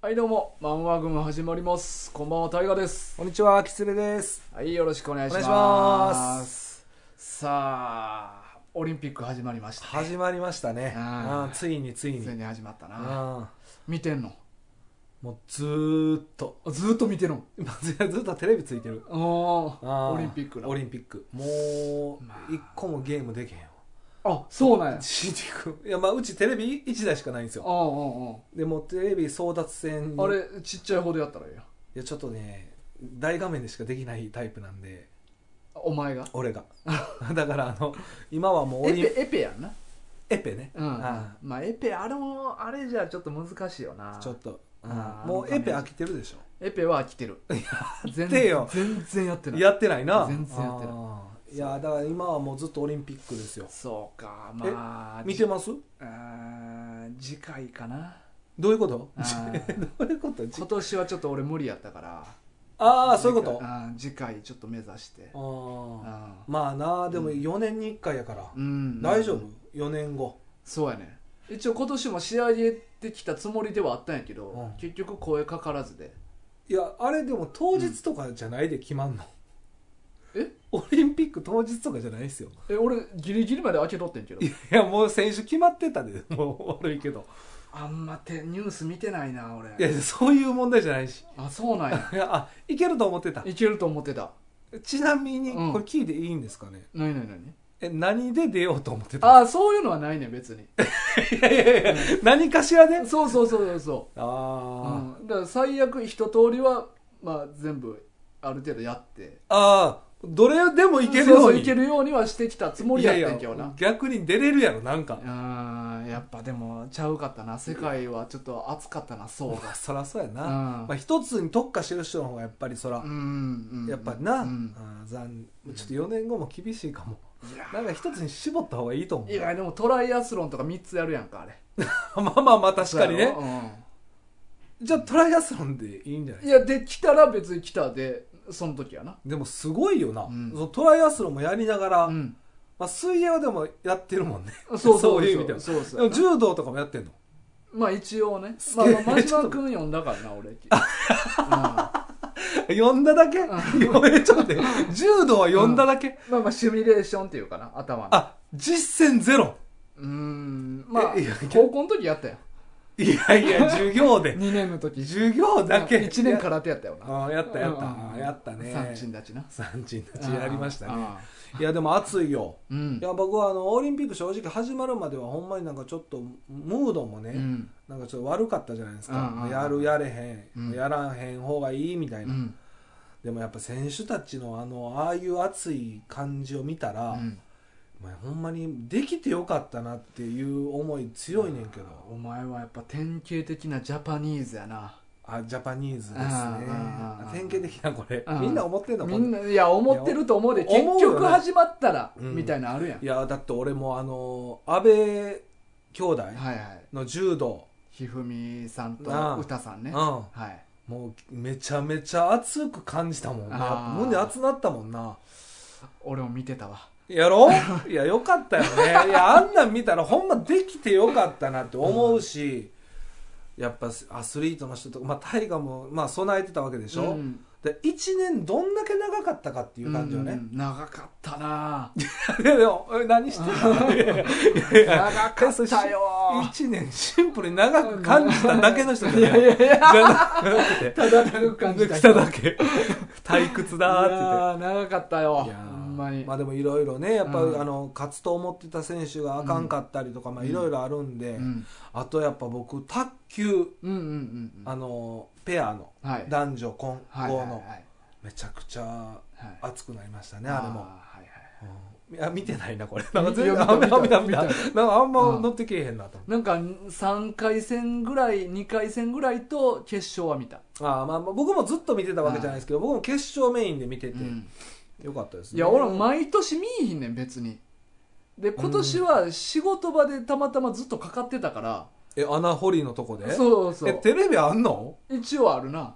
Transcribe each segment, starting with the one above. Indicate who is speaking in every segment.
Speaker 1: はいどうもマンワー軍始まりますこんばんはタイガです
Speaker 2: こんにちは、きつべです。
Speaker 1: はいよろしくお願いします
Speaker 2: お願いしま
Speaker 1: さあオリンピック始まりましたね、
Speaker 2: 始まりましたね。
Speaker 1: あー
Speaker 2: あーついについ
Speaker 1: つい
Speaker 2: に。
Speaker 1: に始まったな
Speaker 2: あ
Speaker 1: 見てんの
Speaker 2: ーもうずーっと。
Speaker 1: あずーっと見てるの
Speaker 2: まずずっとテレビついてる。
Speaker 1: お
Speaker 2: あ
Speaker 1: ー
Speaker 2: ー
Speaker 1: オリンピックな
Speaker 2: オリンピック。も
Speaker 1: まあ
Speaker 2: う、一個もゲームできへんよ。
Speaker 1: あそうなんや
Speaker 2: ちいちく んいや、まあ、うちテレビ1台しかないんです
Speaker 1: あ
Speaker 2: よ。
Speaker 1: ああ
Speaker 2: でもうテレビ争奪戦に
Speaker 1: ああれちっちゃい方でやったらいいや
Speaker 2: いや、ちょっとね、大画面でしかできないタイプなんで、
Speaker 1: お前が
Speaker 2: 俺が。 だから、あの、今はもうオ
Speaker 1: エ
Speaker 2: リン
Speaker 1: ペエペやんな
Speaker 2: エペね。
Speaker 1: うん
Speaker 2: あ
Speaker 1: まあエペあれもあれじゃちょっと難しいよな
Speaker 2: ーちょっと。うん
Speaker 1: あー
Speaker 2: もうエペ飽きてるでしょ。
Speaker 1: エペは飽きてる全
Speaker 2: てよ
Speaker 1: 全然やってない
Speaker 2: やってないな
Speaker 1: 全然やってない
Speaker 2: あーいやだから今はもうずっとオリンピックですよ
Speaker 1: そうかまあ
Speaker 2: 見てます
Speaker 1: うーん次回かな
Speaker 2: どういうこと
Speaker 1: あー
Speaker 2: どういうことじ
Speaker 1: 今年はちょっと俺無理やったから
Speaker 2: ああそういうこと
Speaker 1: 次回ん次回ちょっと目指して
Speaker 2: あ
Speaker 1: う
Speaker 2: ー
Speaker 1: ん
Speaker 2: まあなでも
Speaker 1: うん
Speaker 2: 4年に1回やから、
Speaker 1: うん
Speaker 2: 大丈夫4年後
Speaker 1: そうやね一応今年も試合出てきたつもりではあったんやけど、
Speaker 2: うん
Speaker 1: 結局声かからずで
Speaker 2: いやあれでも当日とかじゃないで決まんの、
Speaker 1: え
Speaker 2: オリンピック当日とかじゃないですよ
Speaker 1: え俺ギリギリまで開けとってんけど
Speaker 2: いやもう選手決まってたで もう悪いけど
Speaker 1: あんまてニュース見てないな俺
Speaker 2: いやそういう問題じゃないし
Speaker 1: あそうなん や
Speaker 2: いやあいけると思ってた
Speaker 1: いけると思ってた
Speaker 2: ちなみに
Speaker 1: うん
Speaker 2: これ聞いていいんですかね、
Speaker 1: 何何何
Speaker 2: え何で出ようと思ってた
Speaker 1: ああそういうのはないね別に
Speaker 2: いやいやいや、何かしらで
Speaker 1: そうそうそうそうそう
Speaker 2: あー、
Speaker 1: うん、だから最悪一通りは、まあ、全部ある程度やって
Speaker 2: あーどれでもいける
Speaker 1: そう
Speaker 2: よ
Speaker 1: そうう
Speaker 2: に
Speaker 1: いけるようにはしてきたつもりやったんけど
Speaker 2: いやい
Speaker 1: な
Speaker 2: や逆に出れるやろなんか
Speaker 1: う、ーんやっぱでもちゃうかったな世界はちょっと暑かったなそう
Speaker 2: まあそらそうやな、
Speaker 1: が
Speaker 2: まあ、一つに特化してる人の方がやっぱりそら、
Speaker 1: うん、うんうん、
Speaker 2: やっぱな、
Speaker 1: うん
Speaker 2: あー残ちょっと4年後も厳しいかも、
Speaker 1: いや
Speaker 2: なんか一つに絞った方がいいと思う
Speaker 1: いやでもトライアスロンとか3つやるやんかあれ
Speaker 2: まあまあまあ確かに
Speaker 1: そうや
Speaker 2: ね
Speaker 1: ろ
Speaker 2: じゃあトライアスロンでいいんじゃな
Speaker 1: うん、
Speaker 2: い
Speaker 1: いやできたら別に来たでその時やな
Speaker 2: でもすごいよな、
Speaker 1: うん
Speaker 2: そのトライアスロンもやりながら、
Speaker 1: うん
Speaker 2: まあ、水泳はでもやってるもんね
Speaker 1: そうそう
Speaker 2: そういう意味では
Speaker 1: そうそう
Speaker 2: でも柔道とかもやってんの
Speaker 1: まあ一応ね、
Speaker 2: す
Speaker 1: まあ、
Speaker 2: げえ
Speaker 1: まあ真島君呼んだからな 俺、うん
Speaker 2: 呼んだだけ呼べ ちょっと待って柔道は呼んだだけ、
Speaker 1: まあまあシミュレーションっていうかな頭の
Speaker 2: あ実践ゼロ
Speaker 1: うーんまあ
Speaker 2: えいや
Speaker 1: 高校の時やったよ
Speaker 2: いやいや授業で
Speaker 1: 2年の時
Speaker 2: 授業だけ
Speaker 1: 1年空手やったよな
Speaker 2: あやったやった、
Speaker 1: うんうん
Speaker 2: やったね
Speaker 1: 三鎮立ちな
Speaker 2: 三鎮立ちやりましたね
Speaker 1: あー
Speaker 2: いやでも暑いよ
Speaker 1: うん
Speaker 2: いや僕はあのオリンピック正直始まるまではほんまになんかちょっとムードもね、
Speaker 1: うん
Speaker 2: なんかちょっと悪かったじゃないです
Speaker 1: うんうん
Speaker 2: か
Speaker 1: うん
Speaker 2: やるやれへん、
Speaker 1: うん
Speaker 2: やらへん方がいいみた
Speaker 1: う
Speaker 2: いな、
Speaker 1: ん
Speaker 2: でもやっぱ選手たちのあのああいう熱い感じを見たら、
Speaker 1: うん
Speaker 2: まあ、ほんまにできてよかったなっていう思い強いねんけど
Speaker 1: お前はやっぱ典型的なジャパニーズやな
Speaker 2: あジャパニーズですね
Speaker 1: あーあーあー
Speaker 2: 典型的なこれ
Speaker 1: うん
Speaker 2: みんな思ってんの
Speaker 1: み
Speaker 2: こ
Speaker 1: ん
Speaker 2: れ
Speaker 1: ないや思ってると思うで
Speaker 2: いや
Speaker 1: 結
Speaker 2: 思うよね
Speaker 1: 局始まったら
Speaker 2: うん
Speaker 1: みたいなのあるやん
Speaker 2: いやだって俺もあの安倍兄弟
Speaker 1: はいはい
Speaker 2: の柔道、
Speaker 1: ひふみさんと
Speaker 2: なあ
Speaker 1: 歌さんね
Speaker 2: うん
Speaker 1: はい
Speaker 2: もうめちゃめちゃ熱く感じたもんな
Speaker 1: あー
Speaker 2: やっぱ胸熱なったもんな
Speaker 1: 俺も見てたわ
Speaker 2: やろいやよかったよねいやあんなん見たらほんまできてよかったなって思うし、やっぱアスリートの人とか、まあ、大河も、まあ、備えてたわけでしょ、
Speaker 1: うん
Speaker 2: で1年どんだけ長かったかっていう感じよね、
Speaker 1: うん長かったな
Speaker 2: い やでもえ何して
Speaker 1: 長か
Speaker 2: た
Speaker 1: ったよ
Speaker 2: 1年シンプルに長く感じただけの人じゃない
Speaker 1: いやいや
Speaker 2: じゃなくて
Speaker 1: ただ長く感じた
Speaker 2: 来
Speaker 1: 人
Speaker 2: ただけ退屈だーって
Speaker 1: いやー長かったよ
Speaker 2: 言っていやー
Speaker 1: ほんまに、
Speaker 2: まあでもいろいろねやっぱ、
Speaker 1: うん
Speaker 2: あの勝つと思ってた選手があかんかったりとか、まあいろいろあるんで、
Speaker 1: うん、
Speaker 2: あとやっぱ僕卓球
Speaker 1: うんうんうんうん
Speaker 2: あのペアの
Speaker 1: はい
Speaker 2: 男女混合
Speaker 1: はい
Speaker 2: の、
Speaker 1: はいはい
Speaker 2: めちゃくちゃ
Speaker 1: はい
Speaker 2: 熱くなりましたねあれも。
Speaker 1: ーはいはい
Speaker 2: うんいや見てないなこ れ
Speaker 1: 見
Speaker 2: なんか
Speaker 1: 見
Speaker 2: 全然
Speaker 1: た
Speaker 2: あんま
Speaker 1: 見
Speaker 2: 見
Speaker 1: た
Speaker 2: た
Speaker 1: 見
Speaker 2: 見
Speaker 1: た
Speaker 2: た
Speaker 1: 見
Speaker 2: なんかあんま
Speaker 1: うん
Speaker 2: 乗ってけえへんなと思
Speaker 1: なんか3回戦ぐらい2回戦ぐらいと決勝は見た、
Speaker 2: うあーまあまあ僕もずっと見てたわけじゃないですけど僕も決勝メインで見てて
Speaker 1: うん
Speaker 2: よかったですね
Speaker 1: いや俺も毎年見いひんねん別にで今年は仕事場でたまたまずっとかかってたから、
Speaker 2: え穴掘りのとこで
Speaker 1: そうそ
Speaker 2: え
Speaker 1: う
Speaker 2: テレビあんの
Speaker 1: 一応あるな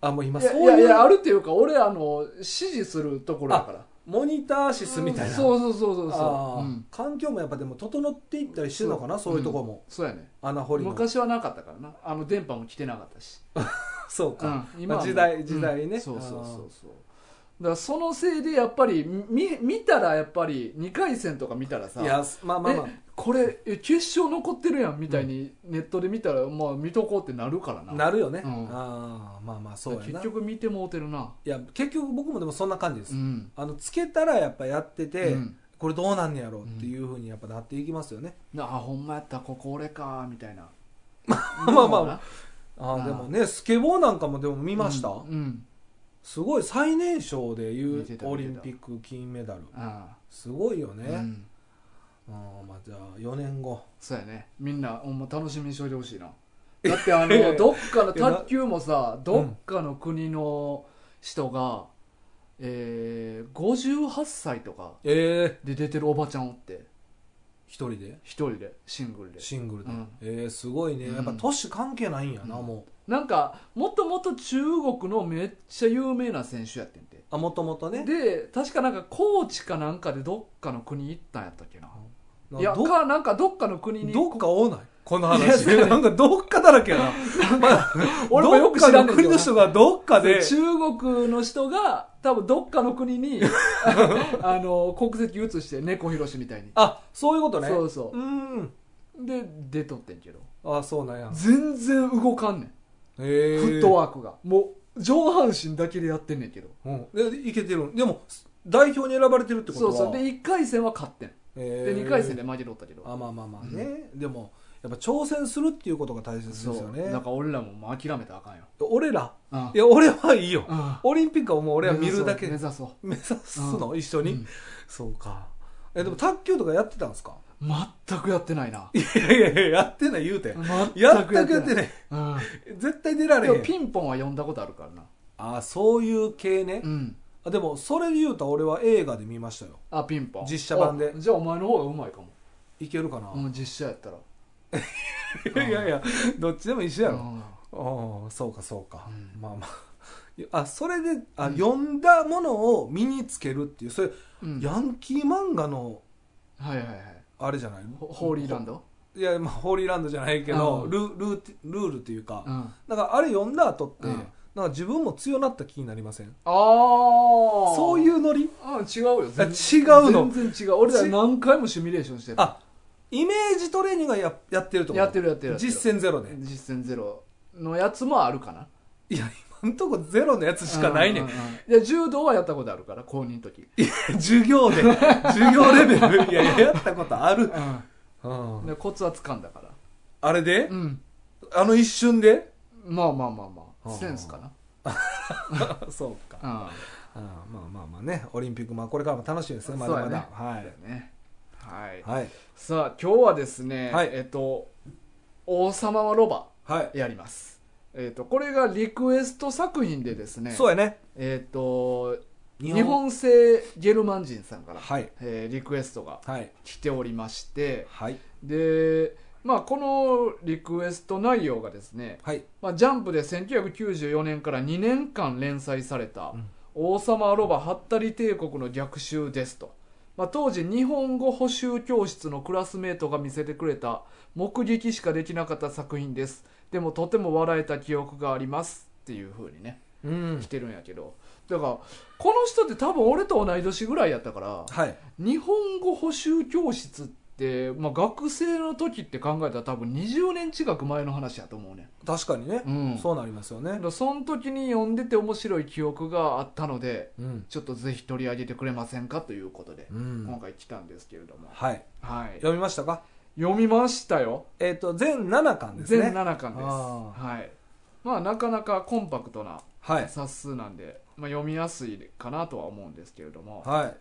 Speaker 2: あもう今
Speaker 1: いや
Speaker 2: そう
Speaker 1: いやい
Speaker 2: いう
Speaker 1: やあるっていうか俺あの支持するところだから
Speaker 2: モニター室みたいな、
Speaker 1: そうそうそうそうそ
Speaker 2: あ
Speaker 1: う、
Speaker 2: ー
Speaker 1: うん、
Speaker 2: 環境もやっぱでも整っていったりしてるのかなそういうとこも、
Speaker 1: そうやね
Speaker 2: 穴掘りの
Speaker 1: 昔はなかったからなあの電波も来てなかったし、
Speaker 2: そうか、
Speaker 1: うん今はもう
Speaker 2: 時代時代ね
Speaker 1: うんそうそうそうそうだからそのせいでやっぱり見見たらやっぱり2回戦とか見たらさ
Speaker 2: いやまあまあまあ
Speaker 1: えこれえ決勝残ってるやんみたいにネットで見たら、まあ、見とこうってなるからな
Speaker 2: なるよね、
Speaker 1: うん
Speaker 2: あーまあまあそうやな
Speaker 1: 結局見てもうてるない
Speaker 2: や結局僕もでもそんな感じです、
Speaker 1: うん
Speaker 2: あのつけたらやっぱやってて、
Speaker 1: うん
Speaker 2: これどうなんねやろうっていうふうにやっぱなっていきますよね、
Speaker 1: あほんまやったここ俺かみたいな
Speaker 2: あ まあまあ
Speaker 1: どうな
Speaker 2: あ
Speaker 1: あ
Speaker 2: あ
Speaker 1: ー
Speaker 2: でもねスケボーなんかもでも見ました、
Speaker 1: うん、うん
Speaker 2: すごい最年少でい
Speaker 1: 見
Speaker 2: う
Speaker 1: てた
Speaker 2: オリンピック金メダル
Speaker 1: あ
Speaker 2: すごいよ
Speaker 1: あ
Speaker 2: ね、
Speaker 1: うん
Speaker 2: あーまあじゃあ4年後
Speaker 1: そうやねみんなほんま楽しみにしといてほしいなだってあ
Speaker 2: いやい
Speaker 1: の
Speaker 2: や
Speaker 1: どっかの
Speaker 2: いやな
Speaker 1: 卓球もさどっかの国の人が、えー、58歳とか
Speaker 2: ええ
Speaker 1: で出てるおばちゃんおって
Speaker 2: 一人で
Speaker 1: 一人でシングルで
Speaker 2: シングルで、
Speaker 1: うん
Speaker 2: えー、すごいねやっぱ年関係ないんやな、
Speaker 1: うん
Speaker 2: もう
Speaker 1: なんかもともと中国のめっちゃ有名な選手やってんて
Speaker 2: あもともとね
Speaker 1: で確かなんかコーチかなんかでどっかの国行ったんやったっけな
Speaker 2: ない
Speaker 1: や
Speaker 2: ど
Speaker 1: かなんかどっかの国に
Speaker 2: どっか
Speaker 1: こ
Speaker 2: 追わないこの
Speaker 1: いや
Speaker 2: 話
Speaker 1: そうやね
Speaker 2: なんかどっかだらけやな
Speaker 1: 俺もよく知らんね
Speaker 2: どっかの
Speaker 1: んけ
Speaker 2: 国
Speaker 1: ど
Speaker 2: の
Speaker 1: な
Speaker 2: 人がどっかで
Speaker 1: 中国の人が多分どっかの国 にあの国籍移して猫ひろしみたいに
Speaker 2: あそういうことね
Speaker 1: そうそう
Speaker 2: うん
Speaker 1: うで出とってんけど
Speaker 2: あそうなんや
Speaker 1: 全然動かんねん
Speaker 2: へ
Speaker 1: フ
Speaker 2: え
Speaker 1: ットワークがもう上半身だけでやってんねんけど
Speaker 2: うんでいけてるでも代表に選ばれてるってこと
Speaker 1: そ
Speaker 2: は
Speaker 1: うそうで1回戦は勝ってん
Speaker 2: え
Speaker 1: で
Speaker 2: ー
Speaker 1: 2回戦で負けとったけど
Speaker 2: あまあまあまあね、でもやっぱ挑戦するっていうことが大切です
Speaker 1: そ
Speaker 2: よ
Speaker 1: う
Speaker 2: ね
Speaker 1: だから俺らももう諦めたらあかんよ
Speaker 2: 俺ら
Speaker 1: うん
Speaker 2: いや俺はいいよ
Speaker 1: うん
Speaker 2: オリンピックはもう俺は見るだけ
Speaker 1: 目指そう
Speaker 2: 目指すの一緒
Speaker 1: 目
Speaker 2: に、
Speaker 1: 指
Speaker 2: そうかえでも卓球とかやってたんですか
Speaker 1: そううん全くやってないない
Speaker 2: やいやいややってない言うて
Speaker 1: 全くやって
Speaker 2: やったくやって
Speaker 1: ない
Speaker 2: ない
Speaker 1: うん
Speaker 2: 絶対出られ
Speaker 1: で
Speaker 2: へ
Speaker 1: も
Speaker 2: ん
Speaker 1: ピンポンは呼んだことあるからな
Speaker 2: あそういう系ね、
Speaker 1: うん
Speaker 2: あでもそれで言うたら俺は映画で見ましたよ
Speaker 1: あピンポン
Speaker 2: 実写版で
Speaker 1: あじゃあお前の方がうまいかも
Speaker 2: いけるかな、
Speaker 1: うん実写やったら
Speaker 2: いやいやいやどっちでも一緒やろ、
Speaker 1: うん
Speaker 2: ああそうかそうか、
Speaker 1: うん
Speaker 2: まあまあいやあそれであ、読んだものを身につけるっていうそれ、
Speaker 1: うん
Speaker 2: ヤンキー漫画の
Speaker 1: はいはいはい
Speaker 2: あれじゃない
Speaker 1: ホホーリーランド
Speaker 2: いや、まあ、ホーリーランドじゃないけど、
Speaker 1: うん
Speaker 2: ルルーテルールっていうか、
Speaker 1: うん
Speaker 2: なんかあれ読んだ後って、
Speaker 1: うん
Speaker 2: なんか自分も強なった気になりません
Speaker 1: ああ
Speaker 2: そういううノリ
Speaker 1: あ違うよ全
Speaker 2: 違うの
Speaker 1: 全然違う俺ら何回もシミュレーションしてる
Speaker 2: あイメージトレーニングはややってると思う
Speaker 1: やってるやってるやってる
Speaker 2: 実践ゼロで、
Speaker 1: 実践ゼロのやつもあるかない
Speaker 2: や今んとこゼロのやつしかないね
Speaker 1: うん
Speaker 2: ん
Speaker 1: うんうんいや柔道はやったことあるから公認の時
Speaker 2: 授業で授業レベ ルいややったことある、
Speaker 1: う
Speaker 2: うん
Speaker 1: んでコツは掴んだから
Speaker 2: あれで、
Speaker 1: うん
Speaker 2: あの一瞬で
Speaker 1: まあまあまあまあ
Speaker 2: あー
Speaker 1: センスか
Speaker 2: そうか
Speaker 1: な
Speaker 2: あまあまあまあねオリンピック、まあ、これからも楽しみですねまだまだ、
Speaker 1: そう
Speaker 2: は
Speaker 1: うん
Speaker 2: い、
Speaker 1: ねはい
Speaker 2: はい
Speaker 1: さあ今日はですね
Speaker 2: はい
Speaker 1: えっと王様はロバ
Speaker 2: はい
Speaker 1: やりますえっとこれがリクエスト作品でですね
Speaker 2: そうやね
Speaker 1: えっと日本製ゲルマン人さんから
Speaker 2: はい
Speaker 1: えーリクエストが
Speaker 2: はい
Speaker 1: 来ておりまして
Speaker 2: はい
Speaker 1: でまあこのリクエスト内容がですね
Speaker 2: はい
Speaker 1: まあ、ジャンプで1994年から2年間連載された
Speaker 2: うん
Speaker 1: 「王様ロバハッタリ帝国の逆襲」ですと、まあ、当時日本語補習教室のクラスメートが見せてくれた目撃しかできなかった作品ですでもとても笑えた記憶がありますっていう風にね
Speaker 2: うん
Speaker 1: 来てるんやけどだからこの人って多分俺と同い年ぐらいやったから
Speaker 2: はい
Speaker 1: 日本語補習教室って、まあ、学生の時って考えたら多分20年近く前の話やと思うね
Speaker 2: 確かにね、
Speaker 1: うん
Speaker 2: そうなりますよね
Speaker 1: だからその時に読んでて面白い記憶があったので
Speaker 2: うん、
Speaker 1: ちょっとぜひ取り上げてくれませんかということで、
Speaker 2: うん
Speaker 1: 今回来たんですけれども、
Speaker 2: はい
Speaker 1: はい、
Speaker 2: 読みましたか
Speaker 1: 読みましたよ、
Speaker 2: えっ、と全7巻ですね
Speaker 1: 全7巻です、
Speaker 2: あ
Speaker 1: はいまあ、なかなかコンパクトな
Speaker 2: はい
Speaker 1: 冊数なんで、まあ、読みやすいかなとは思うんですけれども、
Speaker 2: はい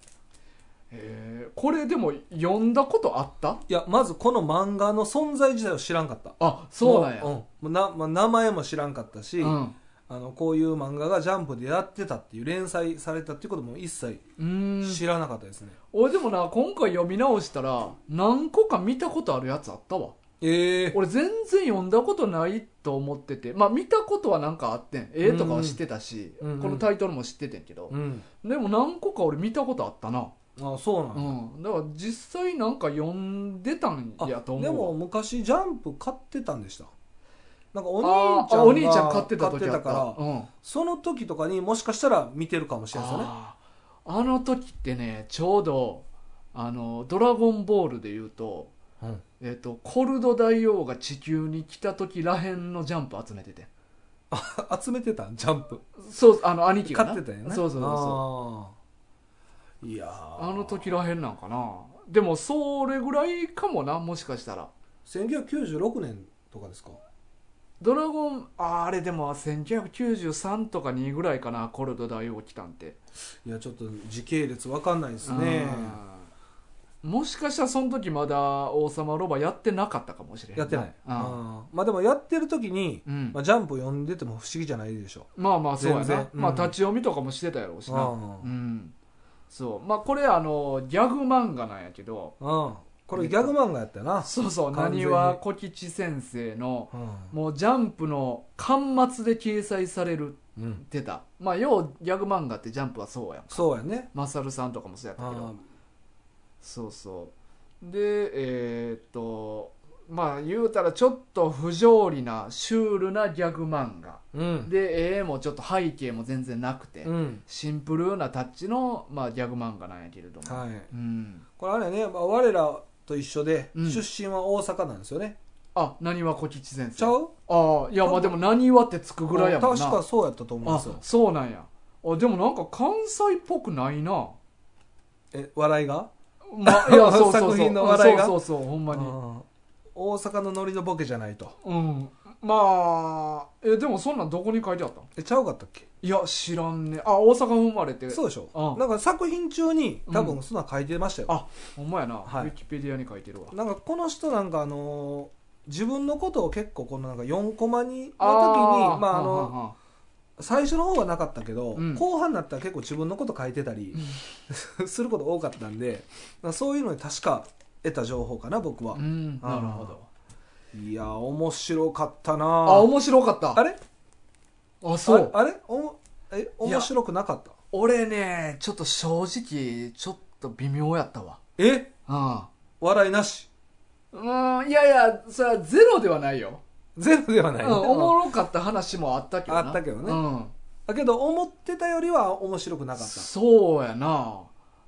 Speaker 1: えーこれでも読んだことあった
Speaker 2: いやまずこの漫画の存在自体を知らんかった
Speaker 1: あそうなんや
Speaker 2: もううんもうなまあ名前も知らんかったし、
Speaker 1: うん
Speaker 2: あのこういう漫画がジャンプでやってたっていう連載されたっていうことも一切
Speaker 1: うーん
Speaker 2: 知らなかったですね、
Speaker 1: 俺でもな今回読み直したら何個か見たことあるやつあったわ
Speaker 2: ええ
Speaker 1: 俺全然読んだことないと思っててまあ見たことはなんかあってん絵とかは知ってたし、
Speaker 2: うんうん
Speaker 1: このタイトルも知っててんけど、
Speaker 2: うん
Speaker 1: でも何個か俺見たことあったな、
Speaker 2: あそうな
Speaker 1: うんんだから実際なんか読んでたん
Speaker 2: だ
Speaker 1: やと思う
Speaker 2: で
Speaker 1: わ
Speaker 2: も昔ジャンプ買ってたんでしたなんかお
Speaker 1: あ
Speaker 2: 兄ちゃ
Speaker 1: ー
Speaker 2: んが
Speaker 1: お兄ちゃん買ってた時
Speaker 2: 買
Speaker 1: あった
Speaker 2: から
Speaker 1: うん、
Speaker 2: その時とかにもしかしたら見てるかもしれないですよね
Speaker 1: あーあの時ってねちょうど「あのドラゴンボール」でいうと,、
Speaker 2: うん
Speaker 1: えっとコルド大王が地球に来た時らへんのジャンプ集めてて
Speaker 2: あ 集めてたんジャンプ
Speaker 1: そうあの兄貴が
Speaker 2: 買
Speaker 1: な
Speaker 2: ってたよね
Speaker 1: そうそうそうそう
Speaker 2: そういや
Speaker 1: あ
Speaker 2: あ
Speaker 1: の時らへんなんかなでもそれぐらいかもなもしかしたら
Speaker 2: 1996年とかですか
Speaker 1: 「ドラゴン」あーあれでも1993とか2ぐらいかなコルド大王来たんて
Speaker 2: いやちょっと時系列わかんないですね
Speaker 1: うんもしかしたらその時まだ「王様ロバ」やってなかったかもしれん
Speaker 2: やってない
Speaker 1: うん
Speaker 2: あーまあでもやってる時に、
Speaker 1: うん
Speaker 2: まあ、ジャンプ読んでても不思議じゃないでしょ
Speaker 1: まあまあそうや
Speaker 2: 全
Speaker 1: な
Speaker 2: 然、
Speaker 1: まあ
Speaker 2: うん
Speaker 1: 立ち読みとかもしてたやろうしな
Speaker 2: うん
Speaker 1: うんそうまあこれあのギャグ漫画なんやけど
Speaker 2: うんこれギャグ漫画やったよな、
Speaker 1: そうそうな
Speaker 2: 完全
Speaker 1: に
Speaker 2: に
Speaker 1: わ小吉先生の
Speaker 2: う
Speaker 1: もうジャンプの巻末で掲載される
Speaker 2: んうん、
Speaker 1: ってたまあ要ギャグ漫画ってジャンプはそうやん
Speaker 2: そうやね
Speaker 1: マサルさんとかもそうやったけ
Speaker 2: あ
Speaker 1: どそうそうでえーっとまあ言うたらちょっと不条理なシュールなギャグ漫画
Speaker 2: ーうん
Speaker 1: で絵もちょっと背景も全然なくて、
Speaker 2: うん
Speaker 1: シンプルなタッチの、まあ、ギャグ漫画なんやけれども、
Speaker 2: はい
Speaker 1: うん、
Speaker 2: これあれね、まあ、我らと一緒で、
Speaker 1: うん
Speaker 2: 出身は大阪なんですよね
Speaker 1: あなにわ小吉先
Speaker 2: ちゃ
Speaker 1: 生
Speaker 2: う
Speaker 1: ああいやまあでもなにわってつくぐらいやもんな
Speaker 2: 確かそうやったと思うんです
Speaker 1: あ
Speaker 2: よ
Speaker 1: そうなんやあでもなんか関西っぽくない な
Speaker 2: え笑いが
Speaker 1: まあ、いや、そうそうそう。
Speaker 2: 作品の笑いが
Speaker 1: そうそうそう、ほんまに。
Speaker 2: うん大阪のノリのボケじゃないと
Speaker 1: うん。まあ、え、でもそんなんどこに書いてあったの
Speaker 2: えちゃうかったっけ
Speaker 1: いや、知らんね。あ、大阪生まれて。
Speaker 2: そうでしょ、
Speaker 1: うん
Speaker 2: なんか作品中に多
Speaker 1: うん
Speaker 2: 分そんなん書いてましたよ、
Speaker 1: あほんまやな。
Speaker 2: はい
Speaker 1: ウィキペディアに書いてるわ。
Speaker 2: なんかこの人なんかあのー自分のことを結構このなんか4コマにの時に
Speaker 1: ー
Speaker 2: まああの
Speaker 1: はんはんはん
Speaker 2: 最初の方はなかったけど、
Speaker 1: うん
Speaker 2: 後半になったら結構自分のこと書いてたり、 すること多かったんでまあそういうのに確か得た情報かな僕は
Speaker 1: う、ん、なるほど。
Speaker 2: いや面白かったな
Speaker 1: あ、
Speaker 2: あ
Speaker 1: 面白かった。
Speaker 2: あ
Speaker 1: れ
Speaker 2: れ
Speaker 1: あ、そう。
Speaker 2: ああれおもえ面白くなかった
Speaker 1: 俺ね、ちょっと正直、ちょっと微妙やったわ。
Speaker 2: え
Speaker 1: あ
Speaker 2: 笑いなし
Speaker 1: あうん、いやいや、それはゼロではないよ。
Speaker 2: ゼロでは
Speaker 1: う
Speaker 2: ない、
Speaker 1: ん、おもろかった話もあったけどな。
Speaker 2: あったけどね
Speaker 1: うん。
Speaker 2: だけど思ってたよりは面白くなかった
Speaker 1: そうやな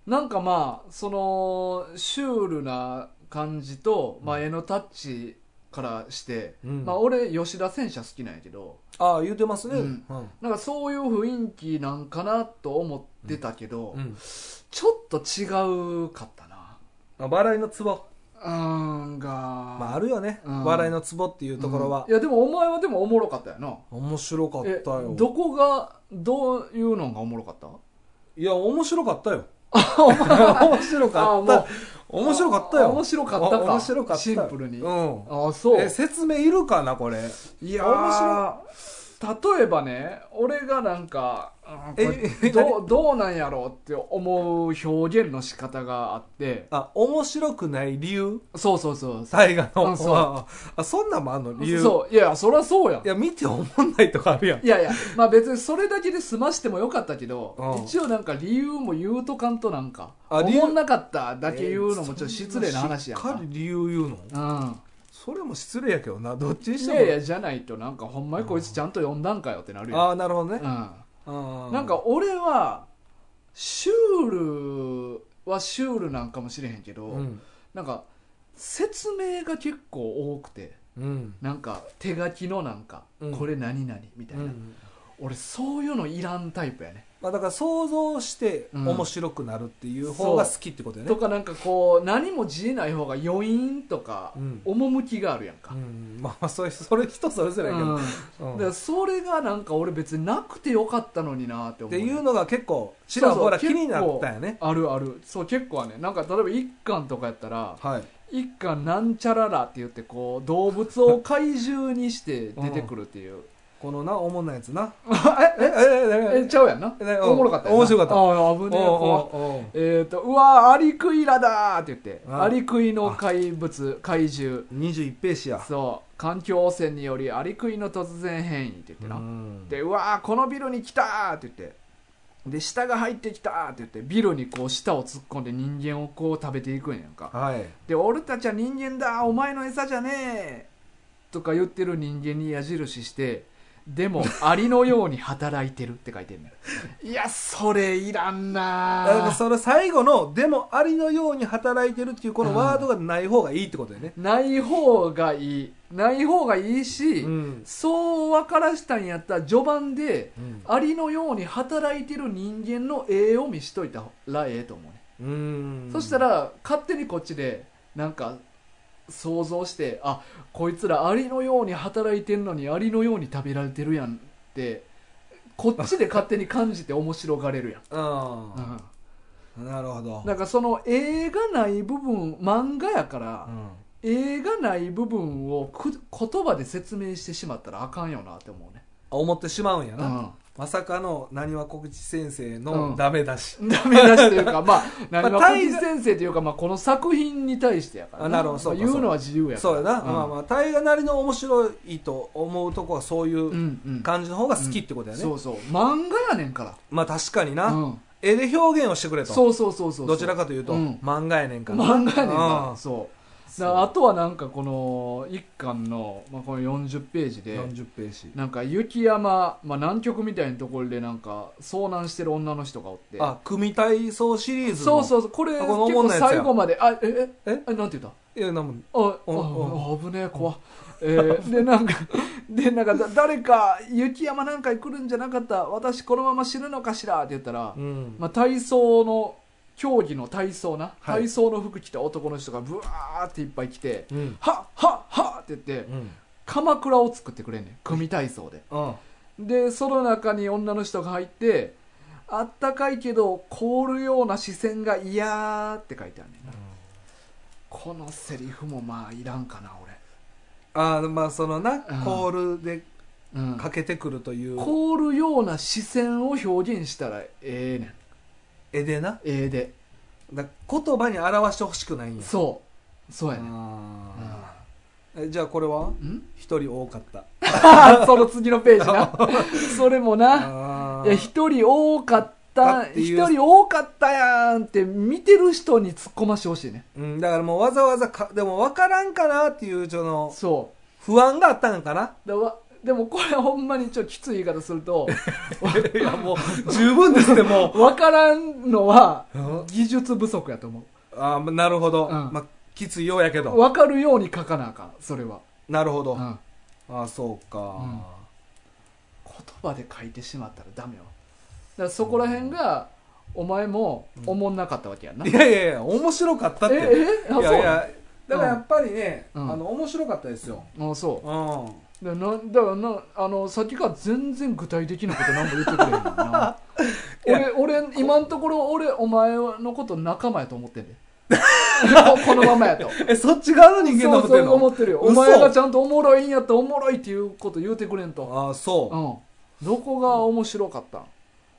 Speaker 1: なんかまあそのシュールな感じと、まあ、絵のタッチからして、
Speaker 2: うん
Speaker 1: まあ、俺吉田戦車好きなんやけど
Speaker 2: ああ言うてますね
Speaker 1: う
Speaker 2: うんん、
Speaker 1: なんかそういう雰囲気なんかなと思ってたけど、
Speaker 2: うん
Speaker 1: ちょっと違うかったな
Speaker 2: まあ笑いのツボ、
Speaker 1: うーんが、
Speaker 2: まあ、あるよね、
Speaker 1: うん
Speaker 2: 笑いのツボっていうところは
Speaker 1: うん、いやでもお前はでもおもろかったよな
Speaker 2: 面白かった
Speaker 1: え
Speaker 2: よ
Speaker 1: どこがどういうのがおもろかった
Speaker 2: いや面白かったよ 面白
Speaker 1: あ
Speaker 2: か
Speaker 1: も
Speaker 2: っ
Speaker 1: う
Speaker 2: た面白かったよ
Speaker 1: 面白かったか
Speaker 2: あ面白かった
Speaker 1: シンプルに
Speaker 2: うん
Speaker 1: あそう
Speaker 2: え説明いるかなこれ
Speaker 1: い
Speaker 2: やー
Speaker 1: 面白い例えばね俺がなんか、うんこれ
Speaker 2: え
Speaker 1: どうどうなんやろうって思う表現の仕方があって
Speaker 2: あ面白くない理由
Speaker 1: そうそうそうそ
Speaker 2: 大河
Speaker 1: うん
Speaker 2: の
Speaker 1: そう
Speaker 2: あ あそんなんもあんの
Speaker 1: う
Speaker 2: 理由
Speaker 1: そういやいやそりゃそうやん
Speaker 2: いや見て思んないとかあるやん
Speaker 1: いやいやまあ別にそれだけで済ましてもよかったけど、
Speaker 2: うん
Speaker 1: 一応なんか理由も言うとかんとなんか
Speaker 2: あ理由
Speaker 1: 思んなかっただけ言うのもちょっと失礼な話や
Speaker 2: しっか
Speaker 1: な
Speaker 2: り理由言うの
Speaker 1: うん、
Speaker 2: それも失礼やけどなどっちに
Speaker 1: い
Speaker 2: して
Speaker 1: やい
Speaker 2: も
Speaker 1: やじゃないとなんかほんまにこいつちゃんと読んだんかよってなるやん、
Speaker 2: ああなるほどね
Speaker 1: うん、
Speaker 2: あー
Speaker 1: なんか俺はシュールはシュールなんかもしれへんけど、
Speaker 2: うん
Speaker 1: なんか説明が結構多くて
Speaker 2: うん
Speaker 1: なんか手書きのなんか、
Speaker 2: うん
Speaker 1: これ何々みたいな、
Speaker 2: うん
Speaker 1: 俺そういうのいらんタイプやね
Speaker 2: まあだから想像して
Speaker 1: うん
Speaker 2: 面白くなるっていう方が好きってことやね
Speaker 1: とかなんかこう何も字ない方が余韻とか、
Speaker 2: うん
Speaker 1: 趣があるやんか
Speaker 2: う、んまあまあそれそれ人それぞれやけ
Speaker 1: うん
Speaker 2: どうん
Speaker 1: だからそれがなんか俺別になくてよかったのになって
Speaker 2: っ
Speaker 1: 思
Speaker 2: て
Speaker 1: う
Speaker 2: いうのが結構ちらほら気
Speaker 1: そうそう
Speaker 2: になったよね
Speaker 1: あるあるそう結構はねなんか例えば一巻とかやったら
Speaker 2: はい
Speaker 1: 一巻なんちゃららって言ってこう動物を怪獣にして出てくるっていう
Speaker 2: このなおもんなやつな
Speaker 1: え
Speaker 2: ええ
Speaker 1: えちゃうやんな
Speaker 2: ええ
Speaker 1: おもろかったやんな
Speaker 2: 面白かった
Speaker 1: ああ危ねえ怖っ
Speaker 2: おうおうおう
Speaker 1: えっとうわーアリクイラだーって言って
Speaker 2: あ
Speaker 1: アリクイの怪物怪獣
Speaker 2: 21ページや
Speaker 1: そう環境汚染によりアリクイの突然変異って言ってな、
Speaker 2: うん
Speaker 1: でうわーこのビルに来たーって言ってで舌が入ってきたーって言ってビルにこう舌を突っ込んで人間をこう食べていくんやんか
Speaker 2: はい
Speaker 1: で俺たちは人間だお前の餌じゃねえとか言ってる人間に矢印してでもアリのように働いてるって書いてん ねんいやそれいらん
Speaker 2: だから
Speaker 1: なー
Speaker 2: それ最後の「でもありのように働いてる」っていうこのワードがない方がいいってことだよね
Speaker 1: ない方がいいない方がいいし、
Speaker 2: うん
Speaker 1: そう分からしたんやったら序盤で
Speaker 2: うん
Speaker 1: アリのように働いてる人間の絵を見しといたらええと思うね、
Speaker 2: うん、
Speaker 1: そしたら勝手にこっちでなんか想像してあこいつらアリのように働いてんのにアリのように食べられてるやんってこっちで勝手に感じて面白がれるやん
Speaker 2: う
Speaker 1: うん
Speaker 2: なるほど
Speaker 1: ん、なんかその映画ない部分漫画やから、
Speaker 2: うん
Speaker 1: 映画ない部分をく言葉で説明してしまったらあかんよなって思うね、
Speaker 2: 思ってしまうんや
Speaker 1: う
Speaker 2: な、
Speaker 1: ん、
Speaker 2: まさかのなにわ小口先生
Speaker 1: う
Speaker 2: の
Speaker 1: ん
Speaker 2: ダメ出し、
Speaker 1: ダメ出しという か、まあ、
Speaker 2: まあ
Speaker 1: 何が小
Speaker 2: 大概
Speaker 1: 西先生というか、まあ、この作品に対してやから
Speaker 2: あなるほどそうか
Speaker 1: まあ言うのは自由やから。
Speaker 2: そうやな、
Speaker 1: ん
Speaker 2: まあまあ大河なりの面白いと思うとこはそうい
Speaker 1: うん
Speaker 2: う
Speaker 1: うん。
Speaker 2: 感じの方が好きってことやね、
Speaker 1: そうそう。漫画やねんか
Speaker 2: まあ確かに
Speaker 1: ら。
Speaker 2: な、
Speaker 1: うん。
Speaker 2: 絵で表現をしてくれと
Speaker 1: そうそうそうそう。
Speaker 2: どちらかというと、
Speaker 1: うん
Speaker 2: 漫画やねんから
Speaker 1: 漫画やねん
Speaker 2: う
Speaker 1: か
Speaker 2: ん
Speaker 1: ら。そう。だからあとはなんかこの一巻の、まあ、この40ページで、
Speaker 2: 40ページ
Speaker 1: なんか雪山、まあ、南極みたいなところでなんか遭難してる女の人がおって。
Speaker 2: あ組体操シリーズ
Speaker 1: そう
Speaker 2: の
Speaker 1: そうそう。これ、
Speaker 2: あ
Speaker 1: 結
Speaker 2: このお
Speaker 1: 構
Speaker 2: もんなやつや
Speaker 1: 最後まで、あ、え、え、
Speaker 2: え
Speaker 1: え、なんて言った
Speaker 2: いやなんも
Speaker 1: ああ
Speaker 2: うん
Speaker 1: あ危ねえ怖っえ ー、でなんかでなんかだ誰か雪山なんかに来るんじゃなかった私このまま死ぬのかしらって言ったら、
Speaker 2: うん
Speaker 1: まあ、体操の競技の体操な、
Speaker 2: はい
Speaker 1: 体操の服着た男の人がブワーっていっぱい来て
Speaker 2: うん
Speaker 1: 「はっはっはっ!」って言って
Speaker 2: うん
Speaker 1: 鎌倉を作ってくれんねん組体操で
Speaker 2: うん
Speaker 1: でその中に女の人が入って「あったかいけど凍るような視線が嫌」って書いてあるねんなこのセリフもまあいらんかな俺
Speaker 2: あーまあそのな
Speaker 1: うん
Speaker 2: コールで
Speaker 1: うん
Speaker 2: かけてくるという
Speaker 1: 凍るような視線を表現したらええねん
Speaker 2: 絵でな
Speaker 1: ええで
Speaker 2: だ言葉に表してほしくないんや
Speaker 1: そうそうやねん
Speaker 2: あーえじゃあこれは
Speaker 1: ん
Speaker 2: 一人多かった
Speaker 1: その次のページ なそれもな
Speaker 2: あ
Speaker 1: いや一人多かった
Speaker 2: だってい
Speaker 1: 一
Speaker 2: う
Speaker 1: 人多かったやんって見てる人に突っ込ましてほしいね
Speaker 2: うん、だからもうわざわざかでも分からんかなっていうその
Speaker 1: そ
Speaker 2: 不安があったん かな
Speaker 1: うだわでもこれほんまにちょっときつい言い方すると
Speaker 2: いやもう 十分ですねも
Speaker 1: わからんのは
Speaker 2: う、うん
Speaker 1: 技術不足やと思
Speaker 2: あーまなるほど、
Speaker 1: うん
Speaker 2: まあ、きついようやけ
Speaker 1: う
Speaker 2: ど
Speaker 1: わかるように書かなあかんそれは、
Speaker 2: なるほど、
Speaker 1: うん
Speaker 2: あ
Speaker 1: 言
Speaker 2: あそうか、
Speaker 1: うん葉で書いてしまったらダメよだからそこら辺がお前も思んなかったわけやんな、
Speaker 2: いやいやいや面白かったっ
Speaker 1: え
Speaker 2: て
Speaker 1: えあそう
Speaker 2: いやいやだからやっぱりね、
Speaker 1: うん
Speaker 2: あの面白かったですよ、
Speaker 1: あそ
Speaker 2: うん
Speaker 1: うだからなだからなあのさっきから全然具体的なこと何も言ってくれへんもんな 俺俺今のところ俺お前のこと仲間やと思 ってんでここのままやと
Speaker 2: えそっち側の人間
Speaker 1: そ
Speaker 2: だ
Speaker 1: う
Speaker 2: もん
Speaker 1: そ
Speaker 2: ね
Speaker 1: う思ってるよお
Speaker 2: 嘘
Speaker 1: 前がちゃんとおもろいんやったらおもろいっていうこと言うてくれんと
Speaker 2: ああそう、
Speaker 1: うんどこが面白かったん
Speaker 2: い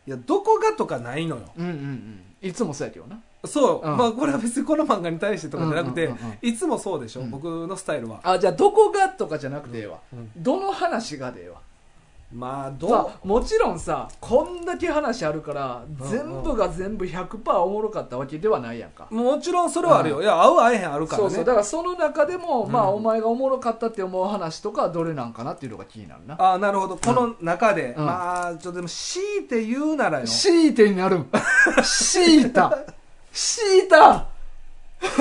Speaker 2: やどこがとかないのよ
Speaker 1: うんうんうんいつもそうやけどな
Speaker 2: そう、
Speaker 1: うん
Speaker 2: まあこれは別にこの漫画に対してとかじゃなくて、
Speaker 1: うんうんうんうん
Speaker 2: いつもそうでしょ、
Speaker 1: うん
Speaker 2: 僕のスタイルは、
Speaker 1: あじゃあどこがとかじゃなくてええわ、
Speaker 2: うん
Speaker 1: どの話がでええわ
Speaker 2: まあどう、
Speaker 1: まあ、もちろんさこんだけ話あるから
Speaker 2: うん
Speaker 1: 全部が全部100%おもろかったわけではないやんか、
Speaker 2: もちろんそれはあるよ、いや合う合えへんあるから
Speaker 1: そ
Speaker 2: ね
Speaker 1: うそうだからその中でも、
Speaker 2: うん
Speaker 1: まあお前がおもろかったって思う話とかはどれなんかなっていうのが気になるな
Speaker 2: ああなるほどこの中で、
Speaker 1: うん
Speaker 2: まあちょっとでも強いて言うならよ
Speaker 1: 強いてになるん強いた強いた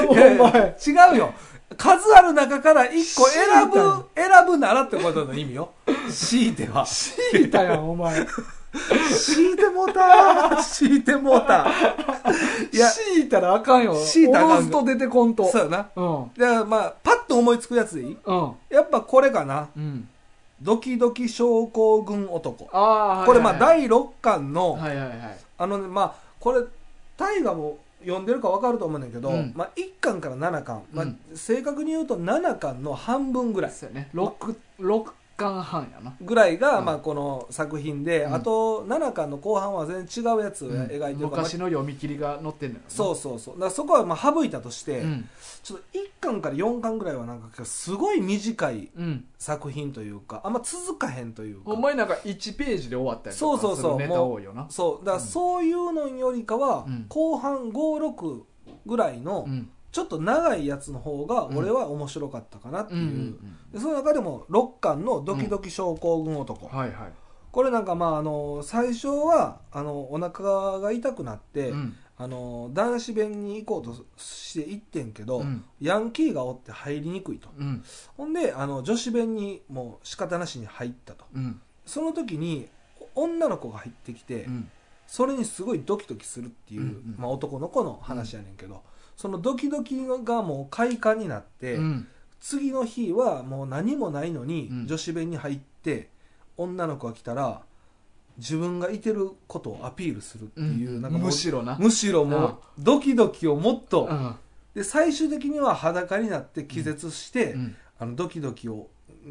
Speaker 1: お
Speaker 2: いやいや
Speaker 1: 前
Speaker 2: 違うよ数ある中から一個選ぶ
Speaker 1: 強
Speaker 2: 選ぶならってことの意味よ強いては
Speaker 1: 強いたやんお前
Speaker 2: 強いてもうた 強いてもうたいや
Speaker 1: 強いたらあかんよ
Speaker 2: 強いたらあかん
Speaker 1: おのずと出てこんと
Speaker 2: そうやな
Speaker 1: うん
Speaker 2: だからまあパッと思いつくやつでいい
Speaker 1: うん
Speaker 2: やっぱこれかな
Speaker 1: うん
Speaker 2: ドキドキ症候群男
Speaker 1: ああ
Speaker 2: これまあ
Speaker 1: はい
Speaker 2: 第6巻の、
Speaker 1: はいはいはい
Speaker 2: あのねまあこれ大河も読んでるか分かると思うねんだけど、
Speaker 1: うん
Speaker 2: まあ、1巻から7巻、まあ
Speaker 1: うん
Speaker 2: 正確に言うと7巻の半分ぐらい
Speaker 1: そうやね 6, 6巻半やな
Speaker 2: ぐらいが、
Speaker 1: うん
Speaker 2: まあ、この作品で、
Speaker 1: うん
Speaker 2: あと7巻の後半は全然違うやつを描いてるから、
Speaker 1: 昔の読み切りが載ってんのよな
Speaker 2: そうそうそうだからそこはまあ省いたとして、
Speaker 1: うん
Speaker 2: ちょっと1巻から4巻ぐらいはなんかすごい短い
Speaker 1: うん
Speaker 2: 作品というかあんま続かへんというか
Speaker 1: ほんまになんか1ページで終わったりとか
Speaker 2: そうそう
Speaker 1: す
Speaker 2: そう
Speaker 1: るネタ多いよな
Speaker 2: そうだからそういうのよりかは、
Speaker 1: うん
Speaker 2: 後半56ぐらいの
Speaker 1: うん
Speaker 2: ちょっと長いやつの方が
Speaker 1: うん
Speaker 2: 俺は面白かったかなって
Speaker 1: う
Speaker 2: い
Speaker 1: ん
Speaker 2: う、でその中でも6巻の「ドキドキ症候群男」
Speaker 1: うんはいはい
Speaker 2: これなんかまああの最初はあのお腹が痛くなって、
Speaker 1: うん
Speaker 2: あの男子弁に行こうとして行ってんけど、
Speaker 1: うん
Speaker 2: ヤンキーがおって入りにくいと
Speaker 1: うん
Speaker 2: ほんであの女子弁にもう仕方なしに入ったと
Speaker 1: うん
Speaker 2: その時に女の子が入ってきて、
Speaker 1: うん
Speaker 2: それにすごいドキドキするっていう、
Speaker 1: うんうん
Speaker 2: まあ、男の子の話やねんけど、そのドキドキがもう快感になって、
Speaker 1: うん
Speaker 2: 次の日はもう何もないのに、
Speaker 1: うん
Speaker 2: 女子弁に入って女の子が来たら自分がいてることをアピールするっていう、なんかもう
Speaker 1: むしろな
Speaker 2: むしろもうドキドキをもっと、
Speaker 1: うん
Speaker 2: で最終的には裸になって気絶して、
Speaker 1: うん
Speaker 2: あのドキドキを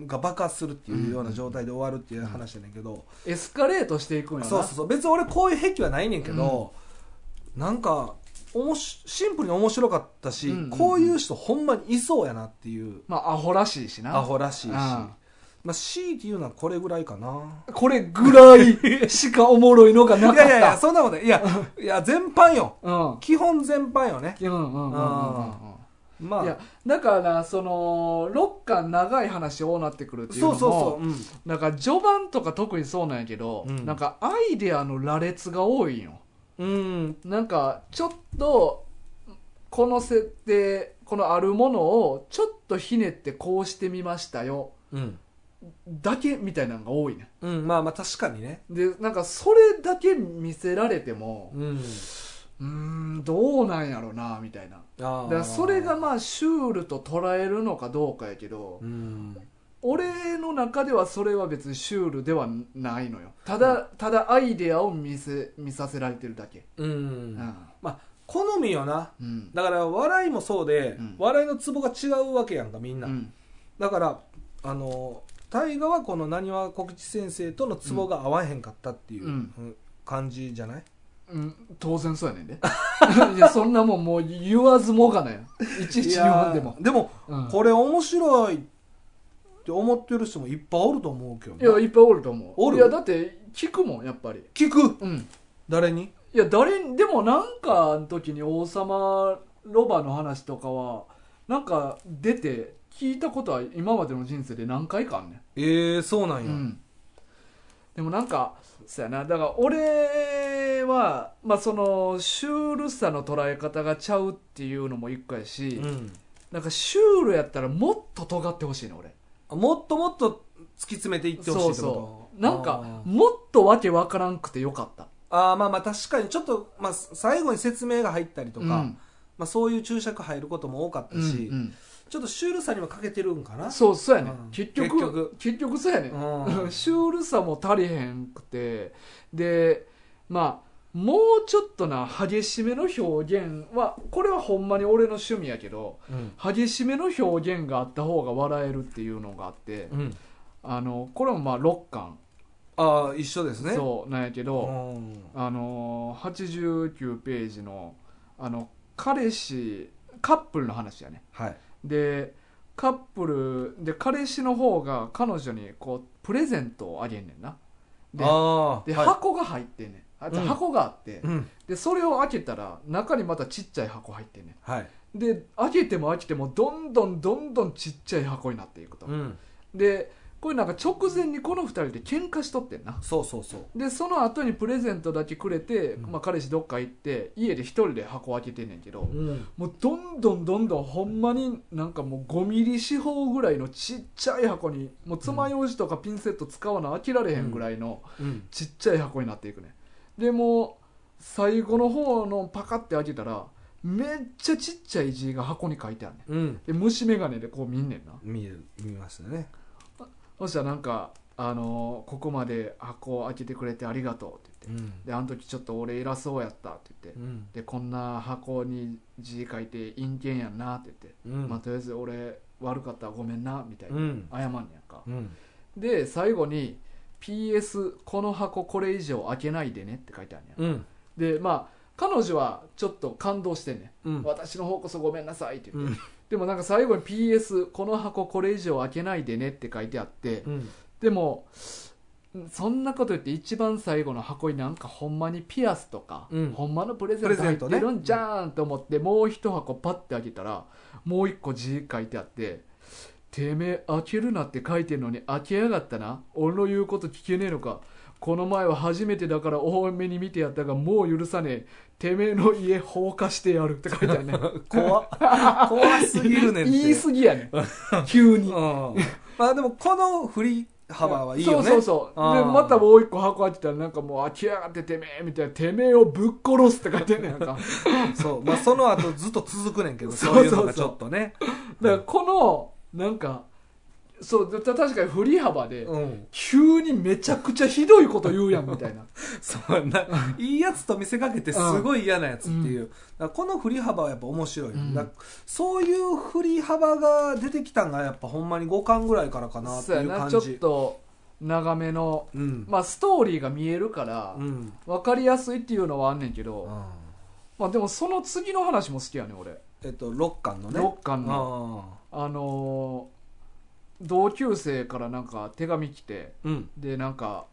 Speaker 2: が爆発するっていうような状態で終わるっていう話やねんけど、
Speaker 1: エスカレートしていくんやな
Speaker 2: そうそうそう別に俺こういう癖はないねんけど、なんかおもしシンプルに面白かったし、
Speaker 1: うんうんうん
Speaker 2: こういう人ほんまにいそうやなっていう
Speaker 1: まあアホらしいしな
Speaker 2: アホらしいし、
Speaker 1: うん
Speaker 2: まあ、強いて言うのはこれぐらいかな
Speaker 1: これぐらいしかおもろいのが
Speaker 2: い
Speaker 1: な
Speaker 2: や
Speaker 1: いかった
Speaker 2: やいやそんなことない いやいや全般よ
Speaker 1: うん
Speaker 2: 基本全般よね
Speaker 1: うんうんうんうんうんうん
Speaker 2: まあ
Speaker 1: いやだからその6巻長い話多なってくるっていうの
Speaker 2: そう
Speaker 1: も
Speaker 2: そうそう、うん、
Speaker 1: なんか序盤とか特にそうなんやけど、
Speaker 2: うん
Speaker 1: なんかアイデアの羅列が多いんよ
Speaker 2: うん、
Speaker 1: なんかちょっとこの設定このあるものをちょっとひねってこうしてみましたよ
Speaker 2: うん、
Speaker 1: だけみたいなのが多いね
Speaker 2: うん、まあまあ確かにね、
Speaker 1: でなんかそれだけ見せられても
Speaker 2: うん、
Speaker 1: うーんどうなんやろなみたいな
Speaker 2: あ
Speaker 1: だ
Speaker 2: ー
Speaker 1: からそれが、まあシュールと捉えるのかどうかやけど
Speaker 2: うん、
Speaker 1: 俺の中ではそれは別にシュールではないのよただただアイデアを見せ見させられてるだけ
Speaker 2: うん、
Speaker 1: うん
Speaker 2: まあ好みよな、
Speaker 1: うん
Speaker 2: だから笑いもそうで、
Speaker 1: うん
Speaker 2: 笑いのツボが違うわけやんかみんな、
Speaker 1: うん
Speaker 2: だからあの大河はこのなにわ小口先生とのツボが合わへんかったっていう、
Speaker 1: うん
Speaker 2: うん感じじゃない
Speaker 1: うん、当然そうやねんで いやそんなもんもう言わずもがなよいちいち言わんでも
Speaker 2: いやでも、
Speaker 1: うん
Speaker 2: これ面白いって思ってる人もいっぱいおると思うけど
Speaker 1: いや
Speaker 2: な
Speaker 1: いっぱいおると思う
Speaker 2: おる
Speaker 1: いやだって聞くもんやっぱり
Speaker 2: 聞く
Speaker 1: うん
Speaker 2: 誰に
Speaker 1: いや誰にでもなんかの時に王様ロバの話とかはなんか出て聞いたことは今までの人生で何回かあんねん
Speaker 2: ええそうなんや、
Speaker 1: うん、でもなんかそうやなだから俺は、まあ、そのシュールさの捉え方がちゃうっていうのも一個やし、
Speaker 2: うん
Speaker 1: なんかシュールやったらもっと尖ってほしいの俺
Speaker 2: あもっともっと突き詰めていってほし
Speaker 1: そう
Speaker 2: いってこと
Speaker 1: そうなん
Speaker 2: あー
Speaker 1: かもっとわけわからんくてよかった
Speaker 2: あーまあまあ確かにちょっと、まあ、最後に説明が入ったりとか、
Speaker 1: うん
Speaker 2: まあ、そういう注釈入ることも多かったし、
Speaker 1: うん
Speaker 2: ちょっとシュールさにも欠けてるんか
Speaker 1: う
Speaker 2: なん
Speaker 1: そうそうやね、
Speaker 2: うん
Speaker 1: ん、結局
Speaker 2: 結局
Speaker 1: そうやね、
Speaker 2: うん
Speaker 1: シュールさも足りへんくてでまあもうちょっとな激しめの表現はこれはほんまに俺の趣味やけど
Speaker 2: うん
Speaker 1: 激しめの表現があった方が笑えるっていうのがあって、
Speaker 2: うん
Speaker 1: あのこれもまあ6巻、
Speaker 2: ああ一緒ですね
Speaker 1: そうなんやけど、
Speaker 2: ん
Speaker 1: あのー89ページのあの彼氏カップルの話やね
Speaker 2: はい
Speaker 1: でカップルで彼氏の方が彼女にこうプレゼントをあげんねんなで
Speaker 2: ああ
Speaker 1: で、
Speaker 2: は
Speaker 1: 箱が入ってんねんあ
Speaker 2: うん
Speaker 1: 箱があって、
Speaker 2: いうん
Speaker 1: でそれを開けたら中にまたちっちゃい箱入ってんね
Speaker 2: はい
Speaker 1: んで開けても開けてもどんどんどんどんちっちゃい箱になっていくと、
Speaker 2: うん
Speaker 1: でこれなんか直前にこの2人で喧嘩しとってんな
Speaker 2: そうそうそう
Speaker 1: でその後にプレゼントだけくれて、
Speaker 2: うん
Speaker 1: まあ、彼氏どっか行って家で一人で箱開けてんねんけど、
Speaker 2: うん
Speaker 1: もうどんどんどんどんほんまになんかもう5ミリ四方ぐらいのちっちゃい箱にもう爪楊枝とかピンセット使わな開けられへんぐらいの
Speaker 2: うん
Speaker 1: ちっちゃい箱になっていくねでもう最後の方のパカって開けたらめっちゃちっちゃい字が箱に書いてあるね
Speaker 2: うん
Speaker 1: で虫眼鏡でこう見んねんな
Speaker 2: 見える見ましたね
Speaker 1: そしたらなんか、あのーここまで箱を開けてくれてありがとう」って言って
Speaker 2: ん
Speaker 1: であの時ちょっと俺偉そうやったって言って、
Speaker 2: うん
Speaker 1: でこんな箱に字書いて陰険やんなって言って、
Speaker 2: うん
Speaker 1: まあとりあえず俺悪かったらごめんなみたいな、
Speaker 2: うん
Speaker 1: 謝んねやんか、
Speaker 2: うん
Speaker 1: で最後に「PS この箱これ以上開けないでね」って書いてあるね、
Speaker 2: うん
Speaker 1: ん、でまあ彼女はちょっと感動してんね、
Speaker 2: うん
Speaker 1: ん、私の方こそごめんなさいって言って、
Speaker 2: うん
Speaker 1: でもなんか最後に PS この箱これ以上開けないでねって書いてあって、
Speaker 2: うん
Speaker 1: でもうんそんなこと言って一番最後の箱になんかほんまにピアスとか、
Speaker 2: うん
Speaker 1: ほんまのプレゼ
Speaker 2: プレ
Speaker 1: ント
Speaker 2: ゼ
Speaker 1: 入っ
Speaker 2: ントね
Speaker 1: てるんじゃーんと思ってもう一箱パッて開けたらもう一個字書いてあって「てめえ開けるな」って書いてるのに開けやがったな俺の言うこと聞けねえのかこの前は初めてだから多めに見てやったがもう許さねえてめえの家放火してやるって書いてあ るね
Speaker 2: 怖っ怖すぎるねんって
Speaker 1: 言い過ぎやね急に
Speaker 2: うんまあでもこの振り幅はいいよね
Speaker 1: そうそうそうで
Speaker 2: あー
Speaker 1: またもう一個箱開けたらなんかもう開きやがっててめえみたいなてめえをぶっ殺すって書いてんねんかだか
Speaker 2: そうまあその後ずっと続くねんけ ど
Speaker 1: そう
Speaker 2: そういうのがち
Speaker 1: そうそう
Speaker 2: ょっとね
Speaker 1: らこのなんかそうた確かに振り幅で、
Speaker 2: うん
Speaker 1: 急にめちゃくちゃひどいこと言うやんみたいな
Speaker 2: そうやんないいやつと見せかけてすごい嫌なやつっていう、だからこの振り幅はやっぱ面白いよ、
Speaker 1: うん
Speaker 2: だからそういう振り幅が出てきたんがやっぱほんまに5巻ぐらいからかなって
Speaker 1: そうや
Speaker 2: いう
Speaker 1: な
Speaker 2: 感
Speaker 1: ちょっ
Speaker 2: じ
Speaker 1: と長めの
Speaker 2: うん
Speaker 1: まあストーリーが見えるから
Speaker 2: うん、うん
Speaker 1: 分かりやすいっていうのはあんねんけど、まあでもその次の話も好きやね俺、
Speaker 2: えっと6巻のね
Speaker 1: 6巻の
Speaker 2: の
Speaker 1: あのー同級生からなんか手紙来て
Speaker 2: うん
Speaker 1: でなんか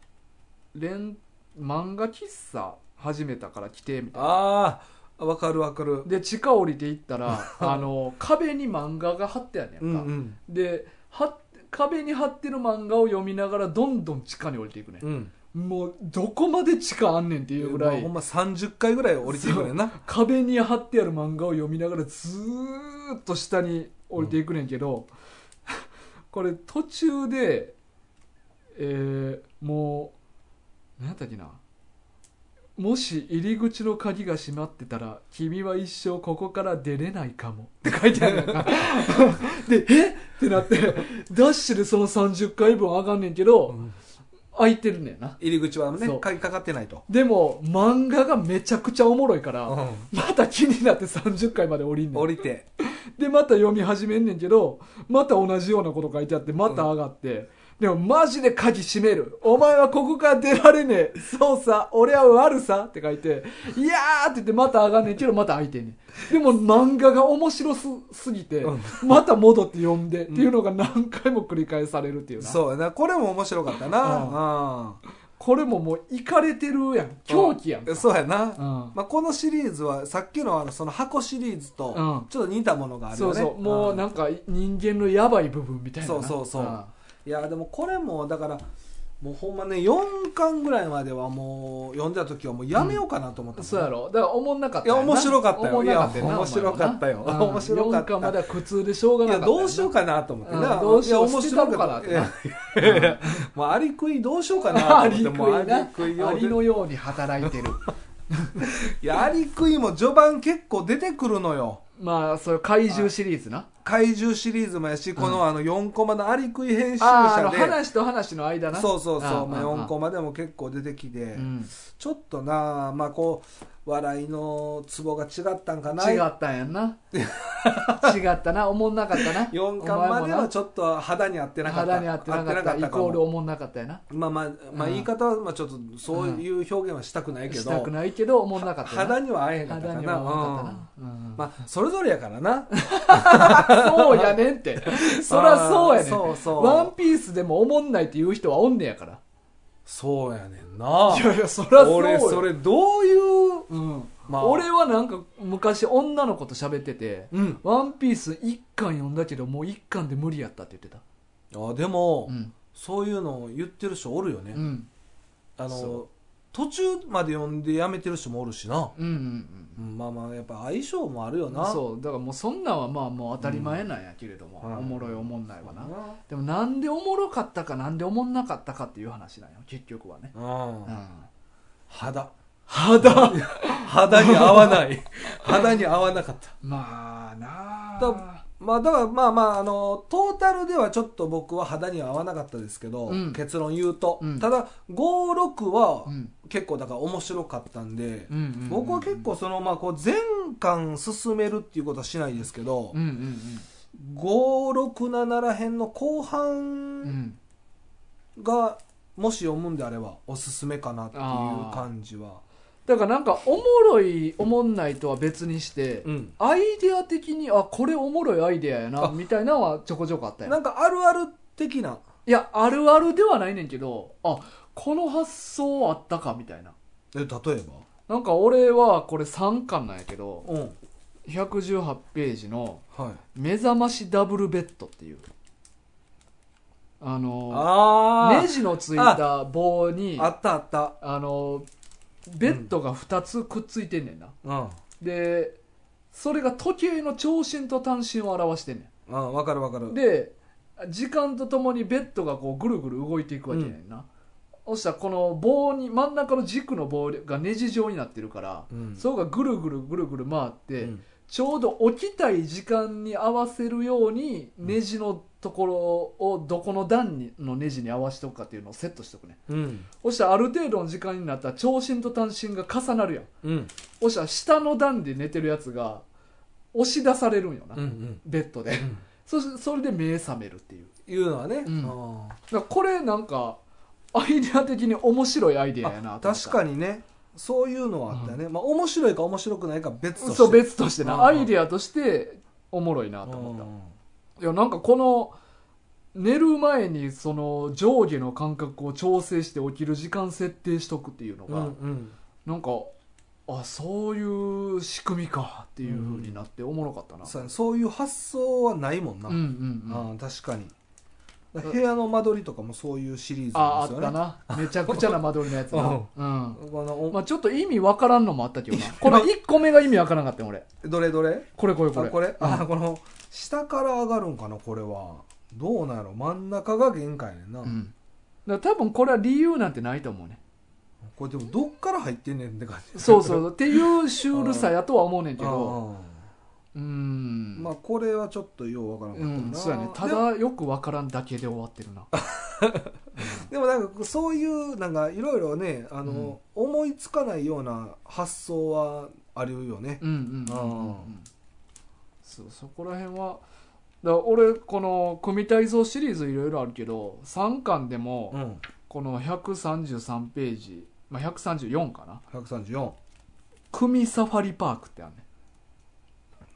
Speaker 1: 連漫画喫茶始めたから来てみたいな
Speaker 2: ああわかるわかる
Speaker 1: で地下降りていったら あの壁に漫画が貼ってあんねやん
Speaker 2: うん
Speaker 1: か、
Speaker 2: うん
Speaker 1: で貼っ壁に貼ってる漫画を読みながらどんどん地下に降りていくね、
Speaker 2: うん
Speaker 1: もうどこまで地下あんねんっていうぐら
Speaker 2: まあ
Speaker 1: い、
Speaker 2: ほんま30回ぐらい降りていくねんな
Speaker 1: 壁に貼ってある漫画を読みながらずーっと下に降りていくねんけど、これ途中でえーもう何やったっけなもし入り口の鍵が閉まってたら君は一生ここから出れないかもって書いてあるやんか でえってなってダッシュでその30回分上がんねんけど、
Speaker 2: うん
Speaker 1: 開いてるねんな
Speaker 2: 入り口はね
Speaker 1: そう
Speaker 2: 鍵かかってないと、
Speaker 1: でも漫画がめちゃくちゃおもろいから、また気になって30回まで降りんね
Speaker 2: 降
Speaker 1: ん
Speaker 2: りて
Speaker 1: でまた読み始めんねんけどまた同じようなこと書いてあってまた上がって、でもマジで鍵閉めるお前はここから出られねえそうさ俺は悪さって書いていやーって言ってまた上がんねんけどまた開いてんねんでも漫画が面白すすぎて、
Speaker 2: うん
Speaker 1: また戻って読んで、っていうのが何回も繰り返されるっていうな
Speaker 2: そうやなこれも面白かったな、うん
Speaker 1: これももういかれてるやん狂気やんか
Speaker 2: そうやな、
Speaker 1: ん
Speaker 2: まあ、このシリーズはさっきのあのその箱シリーズと
Speaker 1: うん
Speaker 2: ちょっと似たものがある
Speaker 1: そ
Speaker 2: よ
Speaker 1: う
Speaker 2: ね、
Speaker 1: そうもうなんか人間のやばい部分みたいなな
Speaker 2: そうそうそうんいやでもこれもだからもうほんまね4巻ぐらいまではもう読んでた時はもうやめようかなと思った、
Speaker 1: そうやろだからおもんなかった
Speaker 2: いや
Speaker 1: よな
Speaker 2: 面白かったよ
Speaker 1: おもんなかったよ
Speaker 2: いや面白かったよ
Speaker 1: お前もな
Speaker 2: 面白かった
Speaker 1: うん四巻まだ苦痛でしょうが
Speaker 2: い
Speaker 1: なか
Speaker 2: や
Speaker 1: ったよ
Speaker 2: どうしようかなと思って
Speaker 1: うん
Speaker 2: な、
Speaker 1: どうしよう
Speaker 2: いや面白っ
Speaker 1: し
Speaker 2: た
Speaker 1: てたの
Speaker 2: いやいや いやもうありくいどうしようかなと思っ
Speaker 1: アリ
Speaker 2: て
Speaker 1: クイ
Speaker 2: もう
Speaker 1: な
Speaker 2: を
Speaker 1: アリのように働いてる
Speaker 2: いやアリクイも序盤結構出てくるのよ
Speaker 1: まあそれ怪獣シリーズな
Speaker 2: 怪獣シリーズもやし、このあの4コマのアリクイ編集
Speaker 1: あーあ
Speaker 2: 者
Speaker 1: の
Speaker 2: で
Speaker 1: 話と話の間な
Speaker 2: そうそうそう、まあ、4
Speaker 1: 個
Speaker 2: コマでも結構出てきて、
Speaker 1: うん、
Speaker 2: ちょっとなまあこう笑いのツボが違ったんかな
Speaker 1: 違ったんやん な違ったなおもんなかったな
Speaker 2: 4巻まではちょっと肌に合ってなかった
Speaker 1: 肌に合ってなかった
Speaker 2: 合って
Speaker 1: イ
Speaker 2: かも
Speaker 1: コールおもんなかったやな
Speaker 2: まあまあ、まあ、
Speaker 1: うん
Speaker 2: 言い方はまあちょっとそういう表現はしたくないけ
Speaker 1: し
Speaker 2: ど、
Speaker 1: たくないけどおもんなかった
Speaker 2: 肌には合えへんかった
Speaker 1: 肌
Speaker 2: かな
Speaker 1: にはおもんなかった
Speaker 2: う
Speaker 1: な、うん
Speaker 2: んまあそれぞれやからな
Speaker 1: そうやねんっ て。そらそうやねん。
Speaker 2: あーそうそう
Speaker 1: ワンピースでも思んないって言う人はおんねやから。
Speaker 2: そうやねんない
Speaker 1: やいや、そらそう
Speaker 2: 俺
Speaker 1: や。
Speaker 2: それどういう
Speaker 1: うん。
Speaker 2: まあ
Speaker 1: 俺はなんか昔女の子と喋ってて、
Speaker 2: うん
Speaker 1: ワンピース1巻読んだけど、もう1巻で無理やったって言ってた。
Speaker 2: あでも、
Speaker 1: うん。
Speaker 2: そういうのを言ってる人おるよね、
Speaker 1: うん。
Speaker 2: あ
Speaker 1: そう
Speaker 2: の途中まで読んでやめてる人もおるしな、
Speaker 1: うんうん
Speaker 2: うんまあまあやっぱ相性もあるよ
Speaker 1: うん。
Speaker 2: な
Speaker 1: そう。だからもうそんなんはまあもう当たり前なんやけれども、
Speaker 2: うんはい
Speaker 1: おもろいおもんないわな。でもなんでおもろかったかなんでおもんなかったかっていう話なんよ、結局はね。
Speaker 2: うん
Speaker 1: うん。
Speaker 2: 肌
Speaker 1: 肌
Speaker 2: 肌に合わない 肌に合わなかった
Speaker 1: まあなあ
Speaker 2: だまあだからまあまああのトータルではちょっと僕は肌には合わなかったですけど、
Speaker 1: うん
Speaker 2: 結論言うと、
Speaker 1: うん
Speaker 2: ただ56
Speaker 1: う
Speaker 2: は
Speaker 1: ん
Speaker 2: 結構だから面白かったんで、
Speaker 1: うんうんうん
Speaker 2: 僕は結構そのまあこう全巻進めるっていうことはしないですけど、
Speaker 1: うんうんうん
Speaker 2: 567ら辺の後半、
Speaker 1: うん
Speaker 2: がもし読むんであればおすすめかなっていう感じは
Speaker 1: だからなんかおもろいおもんないとは別にして、
Speaker 2: うん
Speaker 1: アイデア的にあこれおもろいアイデアやな
Speaker 2: あ
Speaker 1: みたいなのはちょこちょこあったよ
Speaker 2: なんかあるある的ない
Speaker 1: やあるあるではないねんけどあこの発想あったかみたいな
Speaker 2: え例えば
Speaker 1: なんか俺はこれ3巻なんやけど
Speaker 2: うん
Speaker 1: 118ページの
Speaker 2: はい
Speaker 1: 「目覚ましダブルベッド」っていうあの
Speaker 2: あ
Speaker 1: ネジのついた棒に
Speaker 2: あ
Speaker 1: あ
Speaker 2: ったあった
Speaker 1: のベッドが2つくっついてんねんな、
Speaker 2: うん
Speaker 1: でそれが時計の長針と短針を表してんね
Speaker 2: うんわかるわか
Speaker 1: ん
Speaker 2: る
Speaker 1: で時間とともにベッドがこうぐるぐる動いていくわけやねんな、そしたらこの棒に真ん中の軸の棒がネジ状になってるから、
Speaker 2: うん
Speaker 1: それがぐるぐるぐるぐる回って、
Speaker 2: うん
Speaker 1: ちょうど起きたい時間に合わせるようにネジのところをどこの段にのネジに合わせとくかっていうのをセットしとくね
Speaker 2: うん
Speaker 1: そしたらある程度の時間になったら長針と短針が重なるやん
Speaker 2: うん
Speaker 1: そしたら下の段で寝てるやつが押し出されるんよな、
Speaker 2: うんうん
Speaker 1: ベッドで、
Speaker 2: ん
Speaker 1: そしそれで目覚めるっていう
Speaker 2: いうのはね、
Speaker 1: うん
Speaker 2: あ
Speaker 1: だからこれなんかアイデア的に面白いアイデ
Speaker 2: ー
Speaker 1: アやな
Speaker 2: あ
Speaker 1: と思った
Speaker 2: 確かにねそういうのはあったよね、まあ面白いか面白くないか別として
Speaker 1: そう別としてな、
Speaker 2: うん
Speaker 1: アイデアとしておもろいなと思った、
Speaker 2: う
Speaker 1: いやなんかこの寝る前にその上下の感覚を調整して起きる時間設定しとくっていうの
Speaker 2: ん
Speaker 1: が、
Speaker 2: うん
Speaker 1: なんかあそういう仕組みかっていうふうになっておもろかったな、
Speaker 2: そうやねそういう発想はないもんな、
Speaker 1: うんうんうん
Speaker 2: あー確かにだから部屋の間取りとかもそういうシリーズ
Speaker 1: ああ
Speaker 2: なんです
Speaker 1: っ
Speaker 2: よね
Speaker 1: たなめちゃくちゃな間取りのやつな、
Speaker 2: う
Speaker 1: う
Speaker 2: ん
Speaker 1: ん
Speaker 2: このお
Speaker 1: まあ、ちょっと意味わからんのもあった けどなこの1個目が意味わからんかったよ俺
Speaker 2: どれどれ
Speaker 1: これこれこ
Speaker 2: あ
Speaker 1: れ
Speaker 2: これ、
Speaker 1: うん
Speaker 2: あーこの下から上がるんかなこれはどうなんやろ真ん中が限界やねんな、
Speaker 1: うんだから多分これは理由なんてないと思うね
Speaker 2: これでもどっから入ってんねんって感じ
Speaker 1: そう そうっていうシュールさやとは思うねんけどう
Speaker 2: あー
Speaker 1: ん
Speaker 2: まあこれはちょっとようわからんかっ
Speaker 1: う
Speaker 2: たな、
Speaker 1: ん、そうやねた
Speaker 2: でも
Speaker 1: だよくわからんだけで終わってるな
Speaker 2: でもなんかそういうなんかいろいろねあの、思いつかないような発想はあるよね
Speaker 1: うんうんうんうんうん
Speaker 2: あー
Speaker 1: そうそこら辺はだから俺この組体操シリーズいろいろあるけど3巻でも
Speaker 2: ん
Speaker 1: この133ページ、まあ、134かな
Speaker 2: 134あ
Speaker 1: 「組サファリパーク」ってあるねん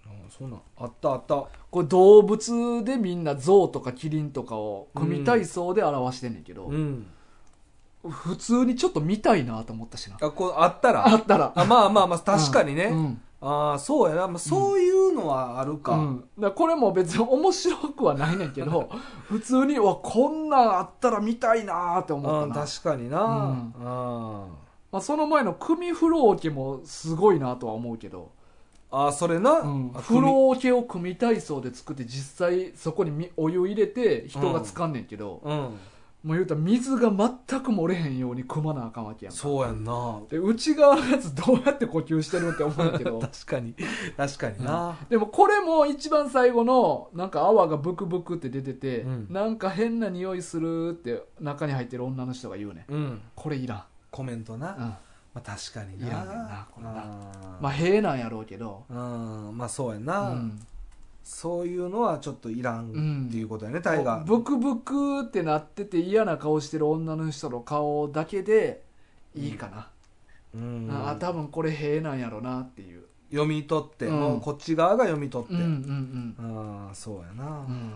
Speaker 2: ーそんなんあったあった
Speaker 1: これ動物でみんな象とかキリンとかを組体操で表してんねんけど、
Speaker 2: ん
Speaker 1: 普通にちょっと見たいなと思ったしな
Speaker 2: あこうあったら
Speaker 1: あったら
Speaker 2: あまあまあまあ確かにね、
Speaker 1: うん
Speaker 2: ああそうやな、まあ、そういうのはあるか、
Speaker 1: うんだからこれも別に面白くはないねんけど 普通にうわこんなんあったら見たいなーって思
Speaker 2: あ
Speaker 1: った
Speaker 2: ー
Speaker 1: な、
Speaker 2: 確かにな、
Speaker 1: うん
Speaker 2: あー
Speaker 1: まあ、その前の組フローケもすごいなとは思うけど、
Speaker 2: あーそれな、
Speaker 1: うん、
Speaker 2: あ
Speaker 1: フローケを組体操で作って実際そこにみお湯入れて人がつかんねんけど、
Speaker 2: 組うん
Speaker 1: もう言うたら水が全く漏れへんように組まなあかんわけやん
Speaker 2: そうやんな
Speaker 1: で内側のやつどうやって呼吸してるんって思うんやけ ど
Speaker 2: 確かに確かにな、
Speaker 1: でもこれも一番最後のなんか泡がブクブクって出てて、
Speaker 2: うん
Speaker 1: なんか変な匂いするって中に入ってる女の人が言うね
Speaker 2: うん
Speaker 1: これいらん、
Speaker 2: コメントな、
Speaker 1: うん
Speaker 2: まあ、確かにない
Speaker 1: やねんなこれな
Speaker 2: あー
Speaker 1: まあ塀なんやろうけど
Speaker 2: うんまあそうや
Speaker 1: う
Speaker 2: な、
Speaker 1: ん
Speaker 2: そういうのはちょっといらんっていうことやね、タイガー
Speaker 1: ブクブクってなってて嫌な顔してる女の人の顔だけでいいかな、
Speaker 2: うん
Speaker 1: あ多分これ塀なんやろうなっていう
Speaker 2: 読み取って、
Speaker 1: うん
Speaker 2: もうこっち側が読み取って、
Speaker 1: うんうん
Speaker 2: ああそうや
Speaker 1: う
Speaker 2: な、
Speaker 1: んうん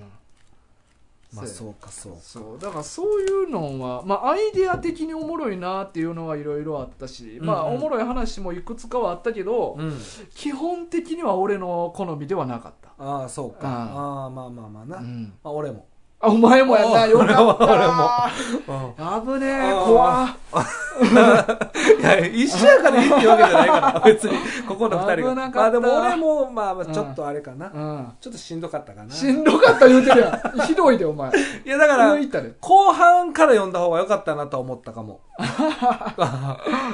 Speaker 2: まあ
Speaker 1: そう
Speaker 2: そうかそう
Speaker 1: そうだからそういうのは、まあ、アイデア的におもろいなっていうのはいろいろあったし、まあ、
Speaker 2: うんうん
Speaker 1: おもろい話もいくつかはあったけど、
Speaker 2: うん
Speaker 1: 基本的には俺の好みではなかった、
Speaker 2: ああそうか、
Speaker 1: うん
Speaker 2: ああまあまあまあな、
Speaker 1: う
Speaker 2: ま
Speaker 1: ん
Speaker 2: あ俺も
Speaker 1: あお前もやな
Speaker 2: おう
Speaker 1: よかった
Speaker 2: 俺は
Speaker 1: 危ねえ
Speaker 2: あー
Speaker 1: 怖っ
Speaker 2: いや一緒やからいいってわけじゃな いから別にここの二人
Speaker 1: 危なか
Speaker 2: が
Speaker 1: った
Speaker 2: まあでも俺もまあまあ
Speaker 1: うん
Speaker 2: ちょっとあれかな、
Speaker 1: うん
Speaker 2: ちょっとしんどかったかな
Speaker 1: しんどかった言うてるや んひどいでお前
Speaker 2: いやだから
Speaker 1: 上行ったで
Speaker 2: 後半から読んだ方が良かったなとは思った かも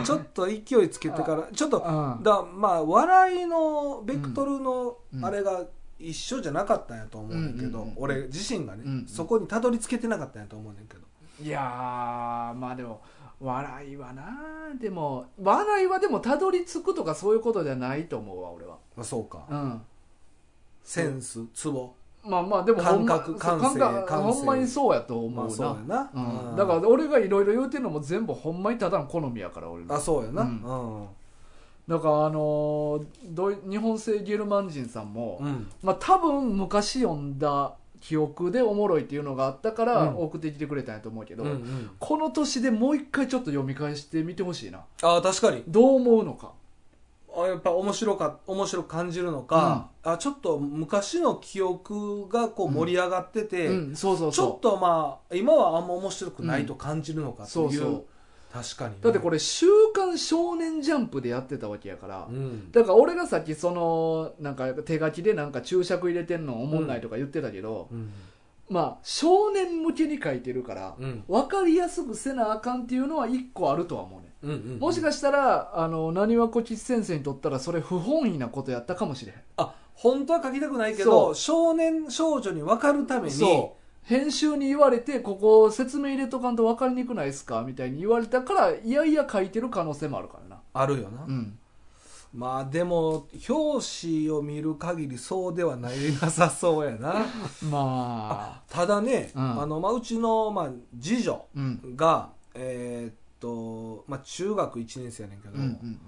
Speaker 2: ちょっと勢いつけてからちょっと
Speaker 1: うん
Speaker 2: だまあ笑いのベクトルの
Speaker 1: うん
Speaker 2: あれが一緒じゃなかったんやと思うんやけど、
Speaker 1: うんうんうん
Speaker 2: 俺自身がね、
Speaker 1: うん
Speaker 2: そこにたどり着けてなかったんやと思うんやけど
Speaker 1: いやーまあでも笑いはなでも笑いはでもたどり着くとかそういうことじゃないと思うわ俺は
Speaker 2: まあそうか
Speaker 1: うん
Speaker 2: センスツボ
Speaker 1: まあまあでもほんま
Speaker 2: 感覚感性
Speaker 1: そう感覚
Speaker 2: 感性
Speaker 1: ほんまにそうやと
Speaker 2: ま
Speaker 1: 思
Speaker 2: あ
Speaker 1: う
Speaker 2: そう
Speaker 1: な、
Speaker 2: やな、
Speaker 1: うん
Speaker 2: うん
Speaker 1: だから俺がいろいろ言うてんのも全部ほんまにただの好みやから俺の
Speaker 2: あそうやな
Speaker 1: う
Speaker 2: うんん
Speaker 1: だからあのードイ日本製ゲルマン人さんも、
Speaker 2: うん
Speaker 1: まあ多分昔読んだ記憶でおもろいっていうのがあったから
Speaker 2: うん
Speaker 1: 送ってきてくれたんやと思うけ
Speaker 2: う
Speaker 1: ど、
Speaker 2: んうん
Speaker 1: この年でもう一回ちょっと読み返してみてほしいな
Speaker 2: ああ確かに
Speaker 1: どう思うのか
Speaker 2: あやっぱ面白か面白く感じるのか、あちょっと昔の記憶がこう盛り上がってて、
Speaker 1: うんそうそう
Speaker 2: ちょっ
Speaker 1: そ
Speaker 2: とまあ今はあんま面白くないと感じるのかという,、
Speaker 1: うんそうそう
Speaker 2: 確かにね
Speaker 1: うだってこれ「週刊少年ジャンプ」でやってたわけやから、
Speaker 2: うん
Speaker 1: だから俺がさっきそのなんか手書きでなんか注釈入れてんのおもんないとか言ってたけど、
Speaker 2: うん
Speaker 1: まあ少年向けに書いてるから、
Speaker 2: うん
Speaker 1: 分かりやすくせなあかんっていうのは一個あるとは思うね
Speaker 2: うんうん
Speaker 1: もしかしたらあのなにわこ吉先生にとったらそれ不本意なことやったかもしれへん
Speaker 2: あ本当は書きたくないけ
Speaker 1: そう
Speaker 2: ど少年少女に分かるために
Speaker 1: そう編集に言われてここ説明入れとかんと分かりにくないですかみたいに言われたからいやいや書いてる可能性もあるからな
Speaker 2: あるよな、
Speaker 1: うん
Speaker 2: まあでも表紙を見る限りそうではないなさそうや な
Speaker 1: まあ
Speaker 2: ただね、
Speaker 1: うん
Speaker 2: あのまあ、うちの、まあ、次女
Speaker 1: うん
Speaker 2: がえーっと、まあ、中学1年生やねんけど、
Speaker 1: うんうんうん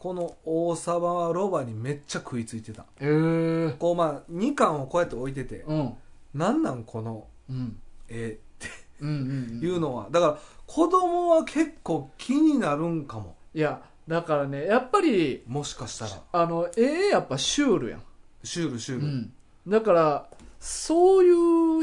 Speaker 2: この大沢ロバにめっちゃ食いついてた
Speaker 1: えー、
Speaker 2: こうまあ2巻をこうやって置いてて、
Speaker 1: うん
Speaker 2: なんなんこの
Speaker 1: うん
Speaker 2: 絵って
Speaker 1: うんうん
Speaker 2: いうのは、だから子供は結構気になるんかも
Speaker 1: いやだからねやっぱり
Speaker 2: もしかしたら
Speaker 1: あのええやっぱシュールやん
Speaker 2: シュールシュー
Speaker 1: う
Speaker 2: ル、
Speaker 1: ん、だからそうい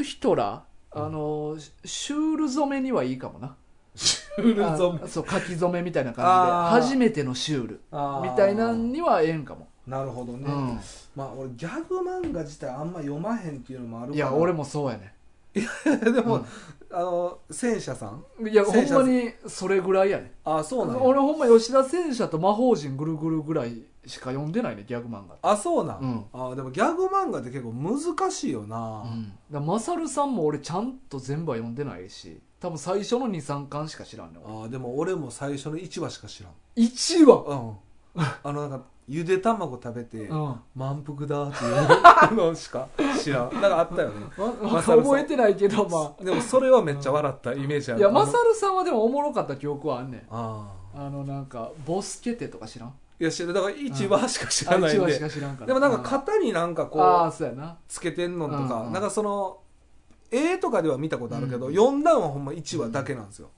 Speaker 1: う人らあの、シュール染めにはいいかもな
Speaker 2: シュール染め
Speaker 1: あそう書き染めみたいな
Speaker 2: あ
Speaker 1: 感
Speaker 2: ー
Speaker 1: じで初めてのシュール
Speaker 2: あー
Speaker 1: みたいなんにはええんかも、
Speaker 2: なるほどね、
Speaker 1: う
Speaker 2: まあ俺ギャグ漫画自体あんま読まへんっていうのもあ
Speaker 1: ん、
Speaker 2: るから
Speaker 1: いや俺もそうやね
Speaker 2: でも、あの戦車さん
Speaker 1: いやほ
Speaker 2: 戦
Speaker 1: ん
Speaker 2: 車
Speaker 1: まにそれぐらいやね
Speaker 2: あそうなんや
Speaker 1: 俺ほんま吉田戦車と魔法陣ぐるぐるぐらいしか読んでないねギャグ漫画
Speaker 2: あそうなん、
Speaker 1: うん
Speaker 2: あでもギャグ漫画って結構難しいよな、
Speaker 1: うん、だからマサルさんも俺ちゃんと全部は読んでないし多分最初の23巻しか知らんね
Speaker 2: あーでも俺も最初の1話しか知らん
Speaker 1: 1話、
Speaker 2: うんあのなんかゆで卵食べて
Speaker 1: うん、わ
Speaker 2: 満腹だっていうのしか知らんなんかあったよね
Speaker 1: わ
Speaker 2: マサルさん
Speaker 1: 覚えてないけどまあ
Speaker 2: でもそれはめっちゃ笑ったイメージある
Speaker 1: いやマサルさんはでもおもろかった記憶はあんねん
Speaker 2: ああ
Speaker 1: あのなんかボスケテとか知らん
Speaker 2: いや知らんだから1話しか知らない
Speaker 1: あ
Speaker 2: ん
Speaker 1: 一話
Speaker 2: で、
Speaker 1: しか知らんから
Speaker 2: でもなんか
Speaker 1: か
Speaker 2: 型になんかこ
Speaker 1: ああ
Speaker 2: う
Speaker 1: そうやな
Speaker 2: つけてんのとか、
Speaker 1: うんうん
Speaker 2: なんかその絵とかでは見たことあるけど、
Speaker 1: うん
Speaker 2: 読んだんはほんま1話だけなんですよ、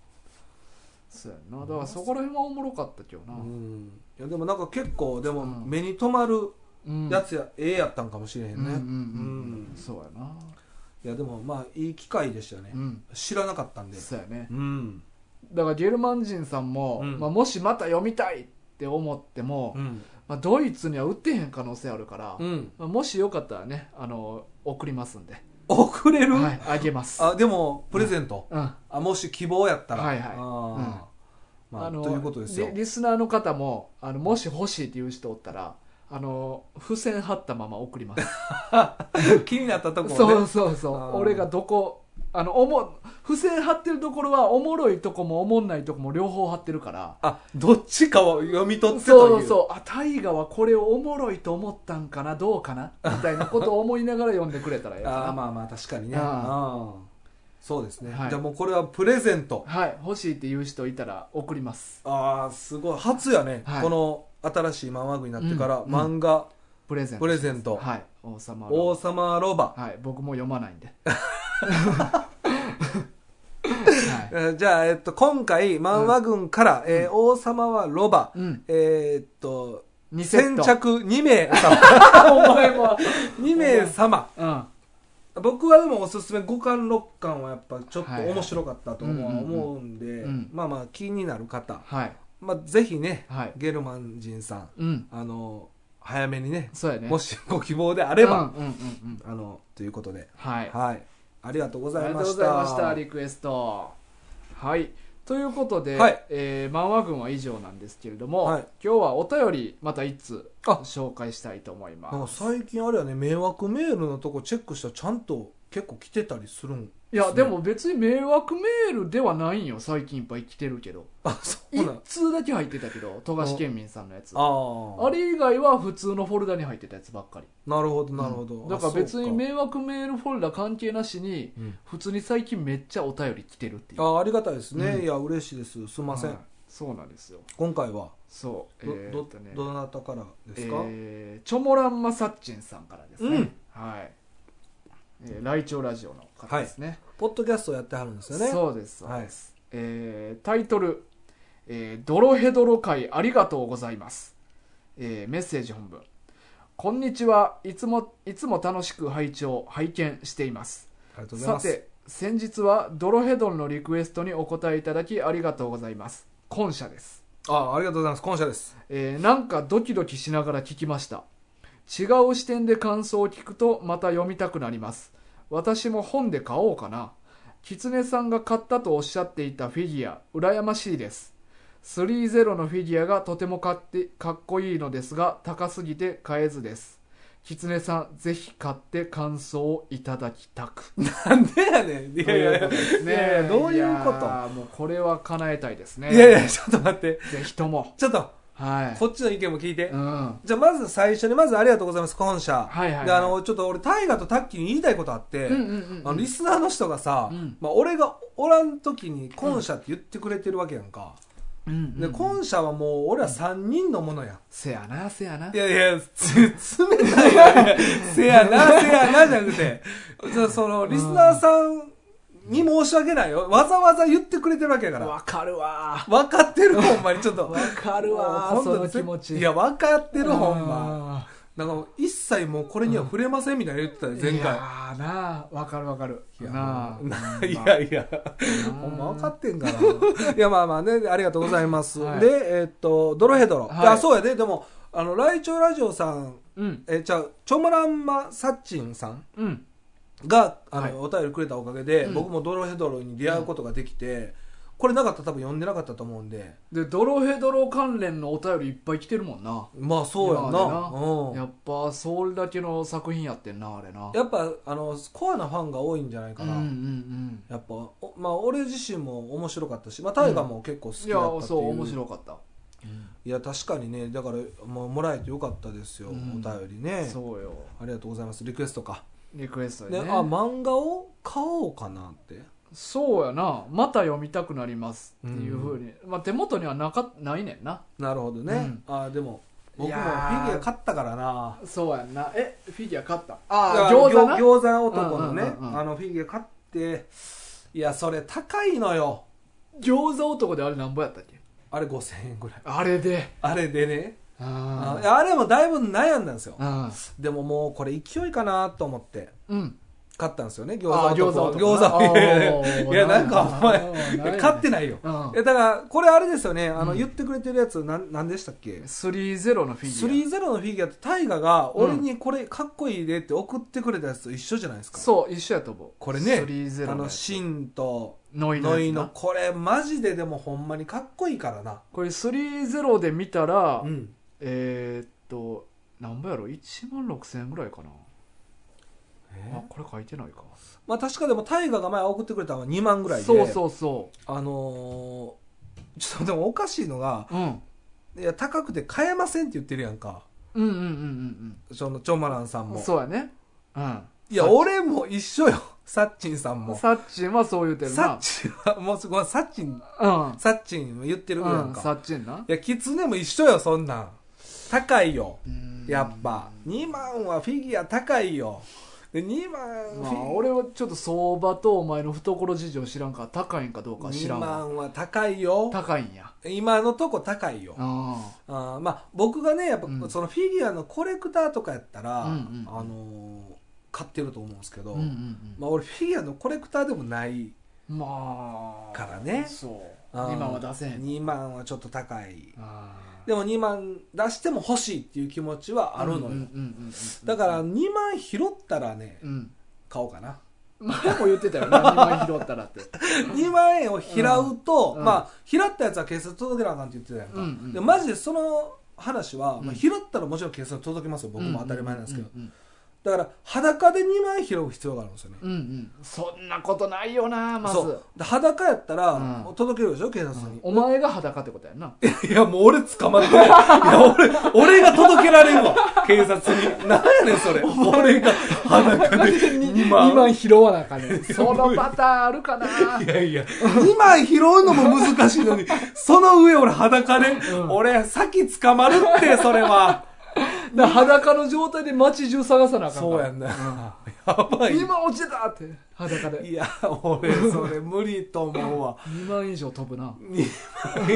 Speaker 1: そうやなだからそこら辺はおもろかったけどな
Speaker 2: うんいやでもなんか結構でも
Speaker 1: うん
Speaker 2: 目に留まる
Speaker 1: うん
Speaker 2: やつや、絵やったんかもしれへんね、
Speaker 1: うんうんうん
Speaker 2: う
Speaker 1: うんんそうやない
Speaker 2: やでもまあいい機会でしたよね、
Speaker 1: うん
Speaker 2: 知らなかったんで
Speaker 1: そうやね
Speaker 2: うん
Speaker 1: だからゲルマン人さんも
Speaker 2: うん
Speaker 1: まあもしまた読みたいって思っても
Speaker 2: うん
Speaker 1: まあドイツには売ってへん可能性あるから
Speaker 2: うん
Speaker 1: まあもしよかったらねあの送りますんで
Speaker 2: 遅れる、
Speaker 1: はいあげます
Speaker 2: あでもプレゼント、
Speaker 1: うん
Speaker 2: あもし希望やったら
Speaker 1: はいはい
Speaker 2: あー
Speaker 1: うん
Speaker 2: まあということですよ
Speaker 1: リリスナーの方もあのもし欲しいっていう人おったらあの付箋貼ったまま送ります
Speaker 2: 気になったところ
Speaker 1: そう
Speaker 2: ね
Speaker 1: そうそう
Speaker 2: あー
Speaker 1: 俺がどこあのおも付箋貼ってるところはおもろいとこもおもんないとこも両方貼ってるから
Speaker 2: あどっちかを読み取ってと
Speaker 1: そ
Speaker 2: いう
Speaker 1: うそうあ大河はこれをおもろいと思ったんかなどうかなみたいなことを思いながら読んでくれたらええかな
Speaker 2: あーまあまあ確かにね
Speaker 1: あー
Speaker 2: あーそうですね、
Speaker 1: はい
Speaker 2: じゃあもうこれはプレゼント
Speaker 1: はい欲しいっていう人いたら送ります
Speaker 2: ああすごい初やね、
Speaker 1: はい
Speaker 2: この新しい漫画部になってか
Speaker 1: う
Speaker 2: ら、
Speaker 1: ん
Speaker 2: 漫画
Speaker 1: プレゼント
Speaker 2: プレゼント、
Speaker 1: はい王様の
Speaker 2: 王様ロバ、
Speaker 1: はい僕も読まないん ではい
Speaker 2: えーじゃあ、えっと、今回漫画軍から、えー王様はロバ、
Speaker 1: うん
Speaker 2: えーっと
Speaker 1: 2セ
Speaker 2: 先
Speaker 1: ット
Speaker 2: 着2名 様
Speaker 1: お前も
Speaker 2: 2名様
Speaker 1: うん
Speaker 2: 僕はでもおすすめ5巻6巻はやっぱちょっと
Speaker 1: はいはい
Speaker 2: 面白かったと思
Speaker 1: うん
Speaker 2: う
Speaker 1: うんうん
Speaker 2: 思うんで
Speaker 1: うん
Speaker 2: まあまあ気になる方、
Speaker 1: はい
Speaker 2: まあ、ぜひね
Speaker 1: はい
Speaker 2: ゲルマン人さん
Speaker 1: うん
Speaker 2: あの早めにね
Speaker 1: そうやね
Speaker 2: もしご希望であれば、
Speaker 1: うんうんうんうん
Speaker 2: あのということで、
Speaker 1: はい
Speaker 2: はい、ありがとうご
Speaker 1: あ
Speaker 2: ざ
Speaker 1: り
Speaker 2: い
Speaker 1: がとう
Speaker 2: ま
Speaker 1: ご
Speaker 2: し
Speaker 1: ざい
Speaker 2: た
Speaker 1: ましたリクエストはいということで、
Speaker 2: はい
Speaker 1: えー漫画群は以上なんですけれども、
Speaker 2: はい
Speaker 1: 今日はお便りまた一通
Speaker 2: あ
Speaker 1: 紹介したいと思いま
Speaker 2: なんか
Speaker 1: す
Speaker 2: 最近あれやね迷惑メールのとこチェックしたらちゃんと結構来てたりするん
Speaker 1: いやでも別に迷惑メールではないんよ最近いっぱい来てるけど
Speaker 2: あそうな
Speaker 1: 一
Speaker 2: んあ
Speaker 1: 通だけ入ってたけど富樫県民さんのやつあ
Speaker 2: あれ
Speaker 1: れ以外は普通のフォルダに入ってたやつばっかり
Speaker 2: なるほどなるほど、
Speaker 1: うんだから別に迷惑メールフォルダ関係なしに
Speaker 2: うん
Speaker 1: 普通に最近めっちゃお便り来てるっていう
Speaker 2: ああありがたいですね、
Speaker 1: うん
Speaker 2: いや嬉しいですすいません、
Speaker 1: はいそうなんですよ
Speaker 2: 今回は
Speaker 1: そう
Speaker 2: ど,、
Speaker 1: えー
Speaker 2: ど
Speaker 1: っとね
Speaker 2: どなたからですか、
Speaker 1: えーチョモランマサッチンさんからですね、
Speaker 2: うん
Speaker 1: はい、えー、来庁ラジオの方ですね、
Speaker 2: ポッドキャストやってはるんですよね
Speaker 1: そうですそう
Speaker 2: はい
Speaker 1: です、えータイトル、えードロヘドロ会ありがとうございます」えーメッセージ本文「こんにちはいつもいつも楽しく拝聴拝見しています」
Speaker 2: ありがとうござい
Speaker 1: さ
Speaker 2: ます
Speaker 1: て先日はドロヘドロのリクエストにお答えいただきありがとうございます今社です
Speaker 2: あありがとうございます今社です
Speaker 1: えーなんかドキドキしながら聞きました違う視点で感想を聞くとまた読みたくなります私も本で買おうかな狐さんが買ったとおっしゃっていたフィギュア羨ましいです3-0のフィギュアがとてもかってかっこいいのですが高すぎて買えずです狐さんぜひ買って感想をいただきたく
Speaker 2: なんでやねんいやいやい
Speaker 1: というこ
Speaker 2: や
Speaker 1: とですね
Speaker 2: いやいやどういうこと
Speaker 1: やーもうこれは叶えたいですね
Speaker 2: いやいやちょっと待って
Speaker 1: ぜひとも
Speaker 2: ちょっと
Speaker 1: はい
Speaker 2: こっちの意見も聞いて、
Speaker 1: うんは
Speaker 2: じゃあまず最初にまずありがとうございます今社、
Speaker 1: いはい、はい、
Speaker 2: であのちょっと俺大河とタッキーに言いたいことあって、
Speaker 1: うんうんうんうん
Speaker 2: あのリスナーの人がさ、
Speaker 1: うん
Speaker 2: まあ、俺がおらん時に今社って言ってくれてるわけやんか、
Speaker 1: うんうんうん
Speaker 2: で今社はもう俺は3人のものやん、
Speaker 1: せやなせやない
Speaker 2: やいや、つ、冷たいよね。せやな、せやな、じゃなく て。そその、リスナーさんに申し訳ないよ。わざわざ言ってくれてるわけやから。
Speaker 1: わかるわ
Speaker 2: 分かってる、ほんまに。ちょっと。
Speaker 1: わかるわ
Speaker 2: もう
Speaker 1: そ
Speaker 2: ほん
Speaker 1: の
Speaker 2: と
Speaker 1: 気持ち
Speaker 2: いや、分かって
Speaker 1: て
Speaker 2: る、ほんま。なんか、一切もうこれには触れませんみたいな言ってたよ、前
Speaker 1: いや
Speaker 2: 回。
Speaker 1: ーなあわかるわかる
Speaker 2: いや
Speaker 1: なあ
Speaker 2: な いやいや、 ほんま分かってんかな。いや、まあまあね、ありがとうございます。
Speaker 1: はい
Speaker 2: で、えっと、ドロヘドロ。
Speaker 1: はい
Speaker 2: あ、そうやで、でも、あの、ライチョウラジオさん、
Speaker 1: うん
Speaker 2: え、じゃあチョモランマサッチンさん
Speaker 1: うん
Speaker 2: があの、
Speaker 1: はい
Speaker 2: お便りくれたおかげで、
Speaker 1: うん
Speaker 2: 僕もドロヘドロに出会うことができて、これなかったら多分読んでなかったと思うんで
Speaker 1: でドロヘドロ関連のお便りいっぱい来てるもんな
Speaker 2: まあそうやんな
Speaker 1: 今まで
Speaker 2: うん
Speaker 1: やっぱそれだけの作品やってんなあれな
Speaker 2: やっぱあのコアなファンが多いんじゃないか
Speaker 1: うんう
Speaker 2: な、
Speaker 1: んうん
Speaker 2: やっぱおまあ俺自身も面白かったし、まあ、大河も結構好き
Speaker 1: い
Speaker 2: だ
Speaker 1: や
Speaker 2: ったってい、
Speaker 1: そうう面
Speaker 2: いや
Speaker 1: 白かった
Speaker 2: 確かにねだからもうもらえてよかったですよ、
Speaker 1: うん
Speaker 2: お便りね
Speaker 1: そうよ
Speaker 2: ありがとうございますリクエストか、
Speaker 1: リクエスト
Speaker 2: ね
Speaker 1: で
Speaker 2: あ
Speaker 1: ね
Speaker 2: 漫画を買おうかなって
Speaker 1: そうやなまた読みたくなりますっていうふうにまあ手元にはなかないねんな
Speaker 2: なるほどね、あでも僕も
Speaker 1: い
Speaker 2: フ
Speaker 1: や
Speaker 2: ィ
Speaker 1: ー
Speaker 2: ギュア買ったからな
Speaker 1: そうやんなえフィギュア買った
Speaker 2: あ
Speaker 1: ああ
Speaker 2: の
Speaker 1: 餃子な
Speaker 2: 餃餃子男のね、
Speaker 1: うんうんうんうん
Speaker 2: あのフィギュア買っていやそれ高いのよ
Speaker 1: 餃子男であれなんぼやったっけ
Speaker 2: あれ5000円ぐらい
Speaker 1: あれで
Speaker 2: あれでね、あ
Speaker 1: あ
Speaker 2: いやあれもだいぶ悩んだんですよ
Speaker 1: あ
Speaker 2: でももうこれ勢いかなと思って
Speaker 1: うん
Speaker 2: 買ったんですよね餃子
Speaker 1: あ
Speaker 2: 男
Speaker 1: 餃子
Speaker 2: 餃
Speaker 1: 男な
Speaker 2: 子いやい
Speaker 1: お
Speaker 2: やい
Speaker 1: ー
Speaker 2: やなんか
Speaker 1: な
Speaker 2: お
Speaker 1: んやなんや
Speaker 2: 前買ってないよ
Speaker 1: うん
Speaker 2: いやだからこれあれですよねあの
Speaker 1: うん
Speaker 2: 言ってくれてるやつなんなんでしたっけ
Speaker 1: 3-0のフィギュア
Speaker 2: 3-0のフィギュアってタイガが俺にこれかっこいいでって送ってくれたやつと一緒じゃないですか、
Speaker 1: そう一緒やと思う
Speaker 2: これね
Speaker 1: 3-0
Speaker 2: あ
Speaker 1: の
Speaker 2: の
Speaker 1: や
Speaker 2: シ
Speaker 1: つ
Speaker 2: ンと
Speaker 1: ノイの
Speaker 2: ノ
Speaker 1: や
Speaker 2: イ
Speaker 1: つ
Speaker 2: の
Speaker 1: な
Speaker 2: これマジででもほんまにかっこいいからな
Speaker 1: これ3-0で見たら
Speaker 2: うん
Speaker 1: えーっとなんぼやろ1万6000円ぐらいかなあこれ書いてないか
Speaker 2: まあ確かでも大河が前送ってくれたのは2万ぐらいで
Speaker 1: そうそうそ
Speaker 2: あのーちょっとでもおかしいのが
Speaker 1: ううん
Speaker 2: いや高くて買えませんって言ってるやんか
Speaker 1: うんうんうんうん
Speaker 2: そのチョマランさん
Speaker 1: うん
Speaker 2: も
Speaker 1: そうやねうん
Speaker 2: いや
Speaker 1: さ
Speaker 2: 俺も一緒よサッチンさんも
Speaker 1: サッチンはそう言うてる
Speaker 2: サッ
Speaker 1: な
Speaker 2: チンはもうすごいサッチン
Speaker 1: うん
Speaker 2: サッチンも言ってるやん
Speaker 1: サ
Speaker 2: か
Speaker 1: ッチンない
Speaker 2: やキツネも一緒よそんなん高いよ
Speaker 1: うん
Speaker 2: やっぱ2万はフィギュア高いよで2万フィギ
Speaker 1: ま
Speaker 2: ュア
Speaker 1: あ俺はちょっと相場とお前の懐事情知らんから高いんかどうかは知ら
Speaker 2: 2
Speaker 1: んわ
Speaker 2: 万は高いよ
Speaker 1: 高いんや
Speaker 2: 今のとこ高いよ
Speaker 1: あ
Speaker 2: あーまあ僕がねやっぱ、
Speaker 1: うん
Speaker 2: そのフィギュアのコレクターとかやったら、
Speaker 1: うんうん
Speaker 2: あのー買ってると思うんですけ
Speaker 1: あ
Speaker 2: ど、
Speaker 1: うんうん
Speaker 2: まあ、俺フィギュアのコレクターでもない
Speaker 1: うんまあ
Speaker 2: からね
Speaker 1: そう
Speaker 2: あー
Speaker 1: 2万は出せへん
Speaker 2: 2万はちょっと高い
Speaker 1: あ
Speaker 2: でも2万出しても欲しいっていう気持ちは
Speaker 1: ー
Speaker 2: あるのよ、
Speaker 1: うんうんうんうんうん
Speaker 2: だから2万拾ったらね
Speaker 1: うん
Speaker 2: 買おうかな
Speaker 1: 前も言ってた よな2万拾ったらって
Speaker 2: 2万円を拾うと、
Speaker 1: うん
Speaker 2: まあ拾ったやつは警察届けなあかんって言ってたやんか、
Speaker 1: うんうん
Speaker 2: でマジでその話は、ま
Speaker 1: う
Speaker 2: あ、
Speaker 1: ん
Speaker 2: 拾ったらもちろん警察届きますよ僕も当たり前なんですけど、
Speaker 1: うんうん
Speaker 2: だから裸で2枚拾う必要があるんですよね、
Speaker 1: うんうんそんなことないよなまず
Speaker 2: そうで裸やったら、
Speaker 1: うん
Speaker 2: 届けるでしょ警察に、
Speaker 1: お前が裸ってことやん な
Speaker 2: いや、もう俺捕まってない。いや、俺、俺が届けられんわ。警察に。なんやねん、それ。俺が裸で2
Speaker 1: 今
Speaker 2: 万。
Speaker 1: 拾わなあかんねんそのパターンあるか ない
Speaker 2: やいや、2枚拾うのも難しいのに、その上俺裸で、俺、先捕まるって、それは。
Speaker 1: だ裸の状態で街中探さなあかんから
Speaker 2: そうやんな。やばい。
Speaker 1: 今落ちてたって裸で
Speaker 2: いや、俺、それ無理と思うわ。
Speaker 1: 2万以上飛ぶな
Speaker 2: 2万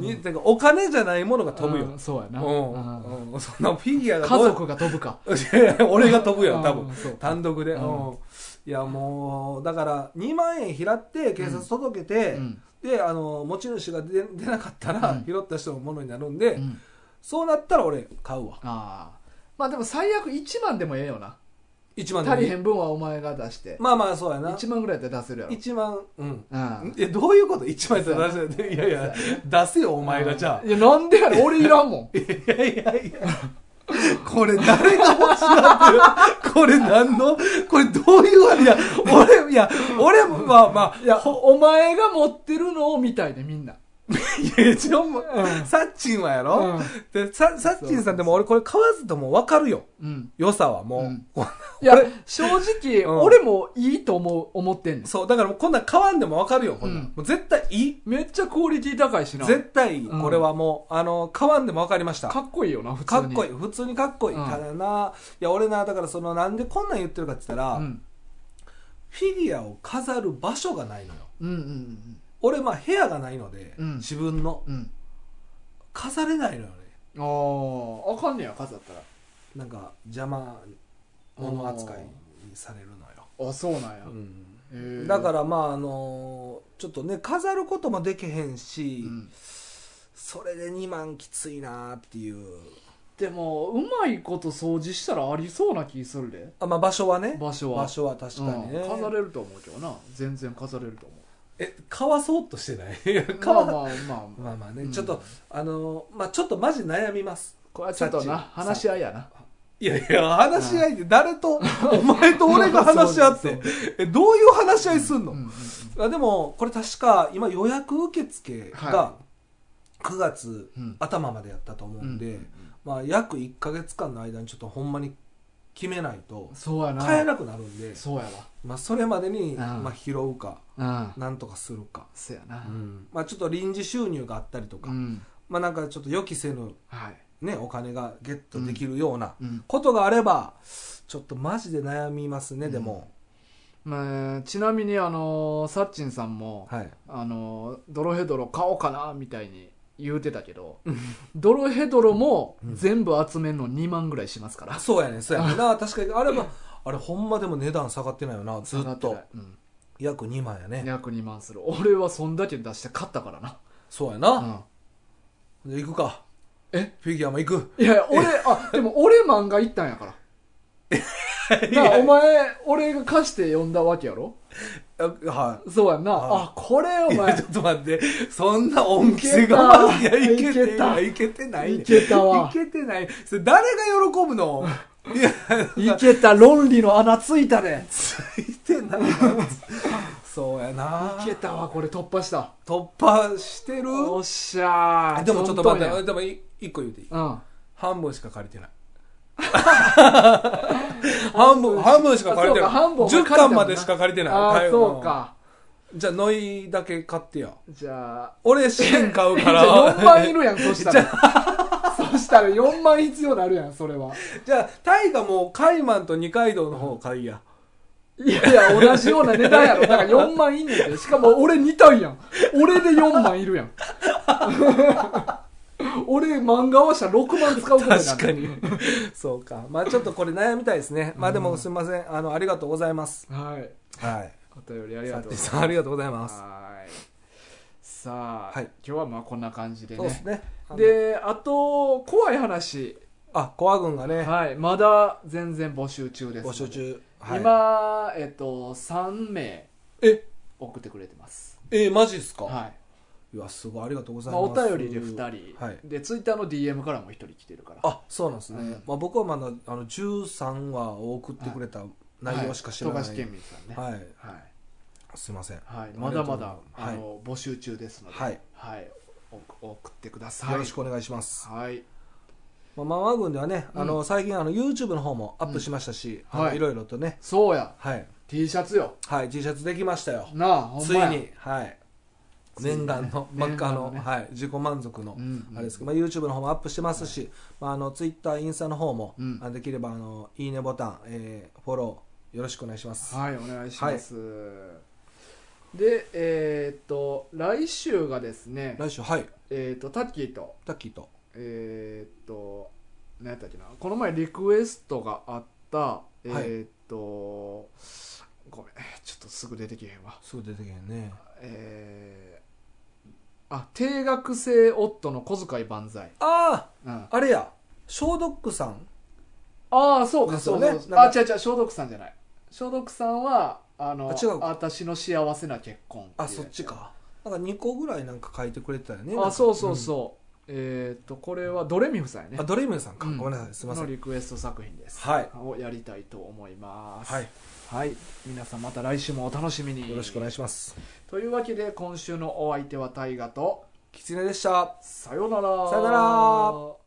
Speaker 2: に、てかお金じゃないものが飛ぶよ
Speaker 1: う。んそうや
Speaker 2: う
Speaker 1: な、うん
Speaker 2: ん。うんそんなフィギュアが
Speaker 1: 家
Speaker 2: どう
Speaker 1: 族が飛ぶか
Speaker 2: いやいや俺が飛ぶよ多
Speaker 1: うんそう
Speaker 2: 分単独で、
Speaker 1: うん
Speaker 2: うんいやもうだから2万円拾って警察届けて、
Speaker 1: うん
Speaker 2: であの持ち主が出出なかったら、
Speaker 1: うん
Speaker 2: 拾った人のものになるんで、
Speaker 1: うん
Speaker 2: そうなったら俺買うわ
Speaker 1: ああまあでも最悪1万でもええよな
Speaker 2: 1万
Speaker 1: 足りへ
Speaker 2: ん
Speaker 1: ん分はお前が出して
Speaker 2: まあまあそうやな
Speaker 1: 1万ぐらいで出せるやろ
Speaker 2: 1万うん
Speaker 1: うん
Speaker 2: えどういうこと1万円って出せるいやいや出せよお前がじゃあ
Speaker 1: いやなんでやろ俺いらんもん
Speaker 2: いやいやいや。これ誰が欲しがってるこれ何のこれどういうあれいや、俺、いや、俺も、まあまあ、
Speaker 1: いやお前が持ってるのを見たいねみんない
Speaker 2: や、一応もう
Speaker 1: うん
Speaker 2: サッチンはやろ、でサ、サッチンさんでも俺これ買わずとも分かるよ。
Speaker 1: うん
Speaker 2: 良さはもう。
Speaker 1: うんいや
Speaker 2: 俺
Speaker 1: 正直、
Speaker 2: うん
Speaker 1: 俺もいいと思う思ってんねん
Speaker 2: そう、だからもうこんなん買わんでも分かるよ、こんなん。
Speaker 1: うん
Speaker 2: もう絶対いい。
Speaker 1: めっちゃクオリティ高いしな
Speaker 2: 絶対いい。
Speaker 1: うん
Speaker 2: これはもう、あの、買わんでも分かりました。
Speaker 1: かっこいいよな普通
Speaker 2: か
Speaker 1: に
Speaker 2: っこいい。普通にかっこいい。
Speaker 1: うん
Speaker 2: ただな、いや、俺な、だからその、なんでこんなん言ってるかって言ったら、
Speaker 1: うん、
Speaker 2: フィギュアを飾る場所がないのよ
Speaker 1: うんうんうん
Speaker 2: 俺まあ部屋がないので、
Speaker 1: うん
Speaker 2: 自分の
Speaker 1: うん
Speaker 2: 飾れないのよね
Speaker 1: あああかんねや飾ったら
Speaker 2: なんか邪魔物扱いにされるのよ、
Speaker 1: あそうなんや、
Speaker 2: うん
Speaker 1: へー
Speaker 2: だからまああのーちょっとね飾ることもできへんし、
Speaker 1: うん
Speaker 2: それで2万きついなっていう
Speaker 1: でもうまいこと掃除したらありそうな気するで
Speaker 2: あ、まあ、場所はね
Speaker 1: 場所は
Speaker 2: 場所は確かにね、
Speaker 1: うん飾れると思うけどな全然飾れると思
Speaker 2: えかわそうとしてないい や
Speaker 1: う
Speaker 2: かわ、
Speaker 1: まあまあまあ、
Speaker 2: まあまあね、
Speaker 1: うん
Speaker 2: ちょっとあのーまあちょっとマジ悩みます
Speaker 1: これはちょっとな
Speaker 2: さっち
Speaker 1: 話し合いやない
Speaker 2: やいや、話し合いって誰と、お前と俺が話し合っ
Speaker 1: そう
Speaker 2: て、え、どういう話し合いすん
Speaker 1: うんう
Speaker 2: の
Speaker 1: ん
Speaker 2: あでも、これ確か、今予約受付が
Speaker 1: は
Speaker 2: 9月
Speaker 1: うん
Speaker 2: 頭までやったと思うん
Speaker 1: うん
Speaker 2: で、まあ、約1ヶ月間の間にちょっとほんまに決めないと、
Speaker 1: そうやな
Speaker 2: 買えなくなるんで、
Speaker 1: そうや
Speaker 2: まあ、それまでに、
Speaker 1: ん
Speaker 2: まあ、拾うか、
Speaker 1: わうん
Speaker 2: なんとかするか。
Speaker 1: そうやな
Speaker 2: まあ、ちょっと臨時収入があったりと
Speaker 1: う
Speaker 2: か、
Speaker 1: ん
Speaker 2: まあ、なんかちょっと予期せぬ、
Speaker 1: はい
Speaker 2: ね、お金がゲットできるような、
Speaker 1: うん
Speaker 2: ことがあればちょっとマジで悩みますね、
Speaker 1: うん
Speaker 2: でも
Speaker 1: まあちなみにあのーサッチンさんも
Speaker 2: はい
Speaker 1: あのードロヘドロ買おうかなみたいに言うてたけどドロヘドロも全部集めんの2万ぐらいしますから
Speaker 2: あ そうやねそうやねんな確かにあれもあれほんまでも値段下がってないよなず
Speaker 1: 下が
Speaker 2: ってと
Speaker 1: ないうん
Speaker 2: 約2万やね
Speaker 1: 約2万する俺はそんだけ出して買ったからな
Speaker 2: そうやな、
Speaker 1: うん
Speaker 2: じゃあ行くか
Speaker 1: え
Speaker 2: フィギュアも 行く
Speaker 1: いやいや俺あでも俺漫画行ったん やからだからお前俺が貸して読んだわけやろ
Speaker 2: あは
Speaker 1: そうやんな
Speaker 2: はい
Speaker 1: あこれお
Speaker 2: い、いや
Speaker 1: 前
Speaker 2: ちょっと待ってそんな恩着せが
Speaker 1: い
Speaker 2: い
Speaker 1: けた
Speaker 2: やいけて
Speaker 1: いけた
Speaker 2: いけてないね
Speaker 1: いけたわ
Speaker 2: いけてないそれ誰が喜 ぶのいや
Speaker 1: いけた論理の穴ついたで
Speaker 2: ついてないなそうやない
Speaker 1: けたわこれ突破した
Speaker 2: 突破してる
Speaker 1: おっしゃー
Speaker 2: でもちょっと待っ
Speaker 1: ど
Speaker 2: て
Speaker 1: ん
Speaker 2: でもい一個言うていい
Speaker 1: どんやうん
Speaker 2: 半分しか借り てない半分半分しか借りてな
Speaker 1: あそ
Speaker 2: い
Speaker 1: うか半分は借りたも
Speaker 2: 10
Speaker 1: ん
Speaker 2: 巻
Speaker 1: な
Speaker 2: までしか借りてない
Speaker 1: あ
Speaker 2: 買
Speaker 1: あ
Speaker 2: え
Speaker 1: そうか
Speaker 2: じゃあノイだけ買ってや
Speaker 1: じゃあ
Speaker 2: 俺シン買うから
Speaker 1: じゃあ4万いるやんそしたらそしたら4万必要なるやんそれは
Speaker 2: じゃあタイがもうカイマンと二階堂の方買いや
Speaker 1: いやいや同じような値段やろだから4万いんねんてしかも俺2体やん俺で4万いるやん 俺漫画合わせたら6万使うことにな
Speaker 2: 確か
Speaker 1: る
Speaker 2: にそうかまあちょっとこれ悩みたいですねまあでもすいませんあのありがとうございます
Speaker 1: はい
Speaker 2: はい
Speaker 1: お便りあり
Speaker 2: さ
Speaker 1: が
Speaker 2: っ
Speaker 1: とう
Speaker 2: て
Speaker 1: ござい
Speaker 2: さんありがとうござい
Speaker 1: ま
Speaker 2: ますす
Speaker 1: はいさあ、
Speaker 2: はい
Speaker 1: 今日はまあこんな感じで
Speaker 2: そうです
Speaker 1: ね
Speaker 2: ねで
Speaker 1: であと怖い話
Speaker 2: あコア軍がね
Speaker 1: はいまだ全然募集中です
Speaker 2: 募集中はい
Speaker 1: 今えっと3名
Speaker 2: え
Speaker 1: 送ってくれてます
Speaker 2: えマジっすか
Speaker 1: はい
Speaker 2: いやすごいありがとうござい
Speaker 1: まあ、
Speaker 2: ま
Speaker 1: お
Speaker 2: す、
Speaker 1: 便りで2人、
Speaker 2: はい
Speaker 1: でツイッターの DM からも1人来てるから
Speaker 2: あそうなんですね、
Speaker 1: うん
Speaker 2: まあ、僕はまだあの13話を送ってくれた内容しか知らない、
Speaker 1: はい、富樫県民さんね
Speaker 2: はい
Speaker 1: はい、
Speaker 2: すいません、
Speaker 1: はい
Speaker 2: ありが
Speaker 1: ま
Speaker 2: と
Speaker 1: だ
Speaker 2: うご
Speaker 1: ま
Speaker 2: ざい
Speaker 1: だ
Speaker 2: ます
Speaker 1: あの、募集中ですので、
Speaker 2: はい
Speaker 1: はいお送ってください
Speaker 2: はい、よろしくお願いします、
Speaker 1: はい
Speaker 2: まあ、ママ軍ではねあの、最近あの YouTube の方もアップしましたし、
Speaker 1: うん
Speaker 2: あの
Speaker 1: はい
Speaker 2: い、ろいろとね
Speaker 1: そうや
Speaker 2: はい
Speaker 1: T シャツよ
Speaker 2: はい、T シャツできましたよ。
Speaker 1: なあほん
Speaker 2: つ
Speaker 1: ま
Speaker 2: い
Speaker 1: や
Speaker 2: に、はい。
Speaker 1: ついにね
Speaker 2: 念願 の、
Speaker 1: 念願の
Speaker 2: 真っ赤の、
Speaker 1: ね
Speaker 2: はい、自己満足の、
Speaker 1: うんうん
Speaker 2: あれですけど、まあ、YouTube の方もアップしてますし、まあ、あの Twitter、インスタの方も、
Speaker 1: うん
Speaker 2: あできればあの、いいねボタン、えーフォロー、よろしくお願いします。
Speaker 1: はいお願いします、でえーっと来週がですね
Speaker 2: 来週、はい、
Speaker 1: えーっとタッキーと
Speaker 2: タッキーと。
Speaker 1: えーっと何やったっけなこの前リクエストがあったえーっと、ごめんちょっとすぐ出てけへんわ
Speaker 2: すぐ出てけへんね。
Speaker 1: えーあ定額制夫の小遣い万歳、
Speaker 2: あ
Speaker 1: うん、あ
Speaker 2: ああれや、ショードックさん。
Speaker 1: あーそうか
Speaker 2: です
Speaker 1: そ
Speaker 2: よ
Speaker 1: う
Speaker 2: ね
Speaker 1: そうそう
Speaker 2: なん
Speaker 1: あ
Speaker 2: か
Speaker 1: 違う違う消毒さんじゃない消毒さんはあの
Speaker 2: あ違う
Speaker 1: 私の幸せな結婚ていう
Speaker 2: あ、そっちか。なんか2個ぐらいなんか書いてくれてたよね。なん
Speaker 1: あ
Speaker 2: か
Speaker 1: そうそうそう、えーっとこれはドレミフさんや
Speaker 2: う
Speaker 1: ね
Speaker 2: んあ、ドリームさんか。
Speaker 1: うん
Speaker 2: ごめんなさい、すいませ
Speaker 1: の
Speaker 2: ん。
Speaker 1: リクエスト作品です
Speaker 2: はい
Speaker 1: をやりたいと思います
Speaker 2: はい、
Speaker 1: はい、皆さんまた来週もお楽しみに
Speaker 2: よろしくお願いします。
Speaker 1: というわけで今週のお相手は大ガと
Speaker 2: キツネでした。
Speaker 1: さようなら
Speaker 2: さよなら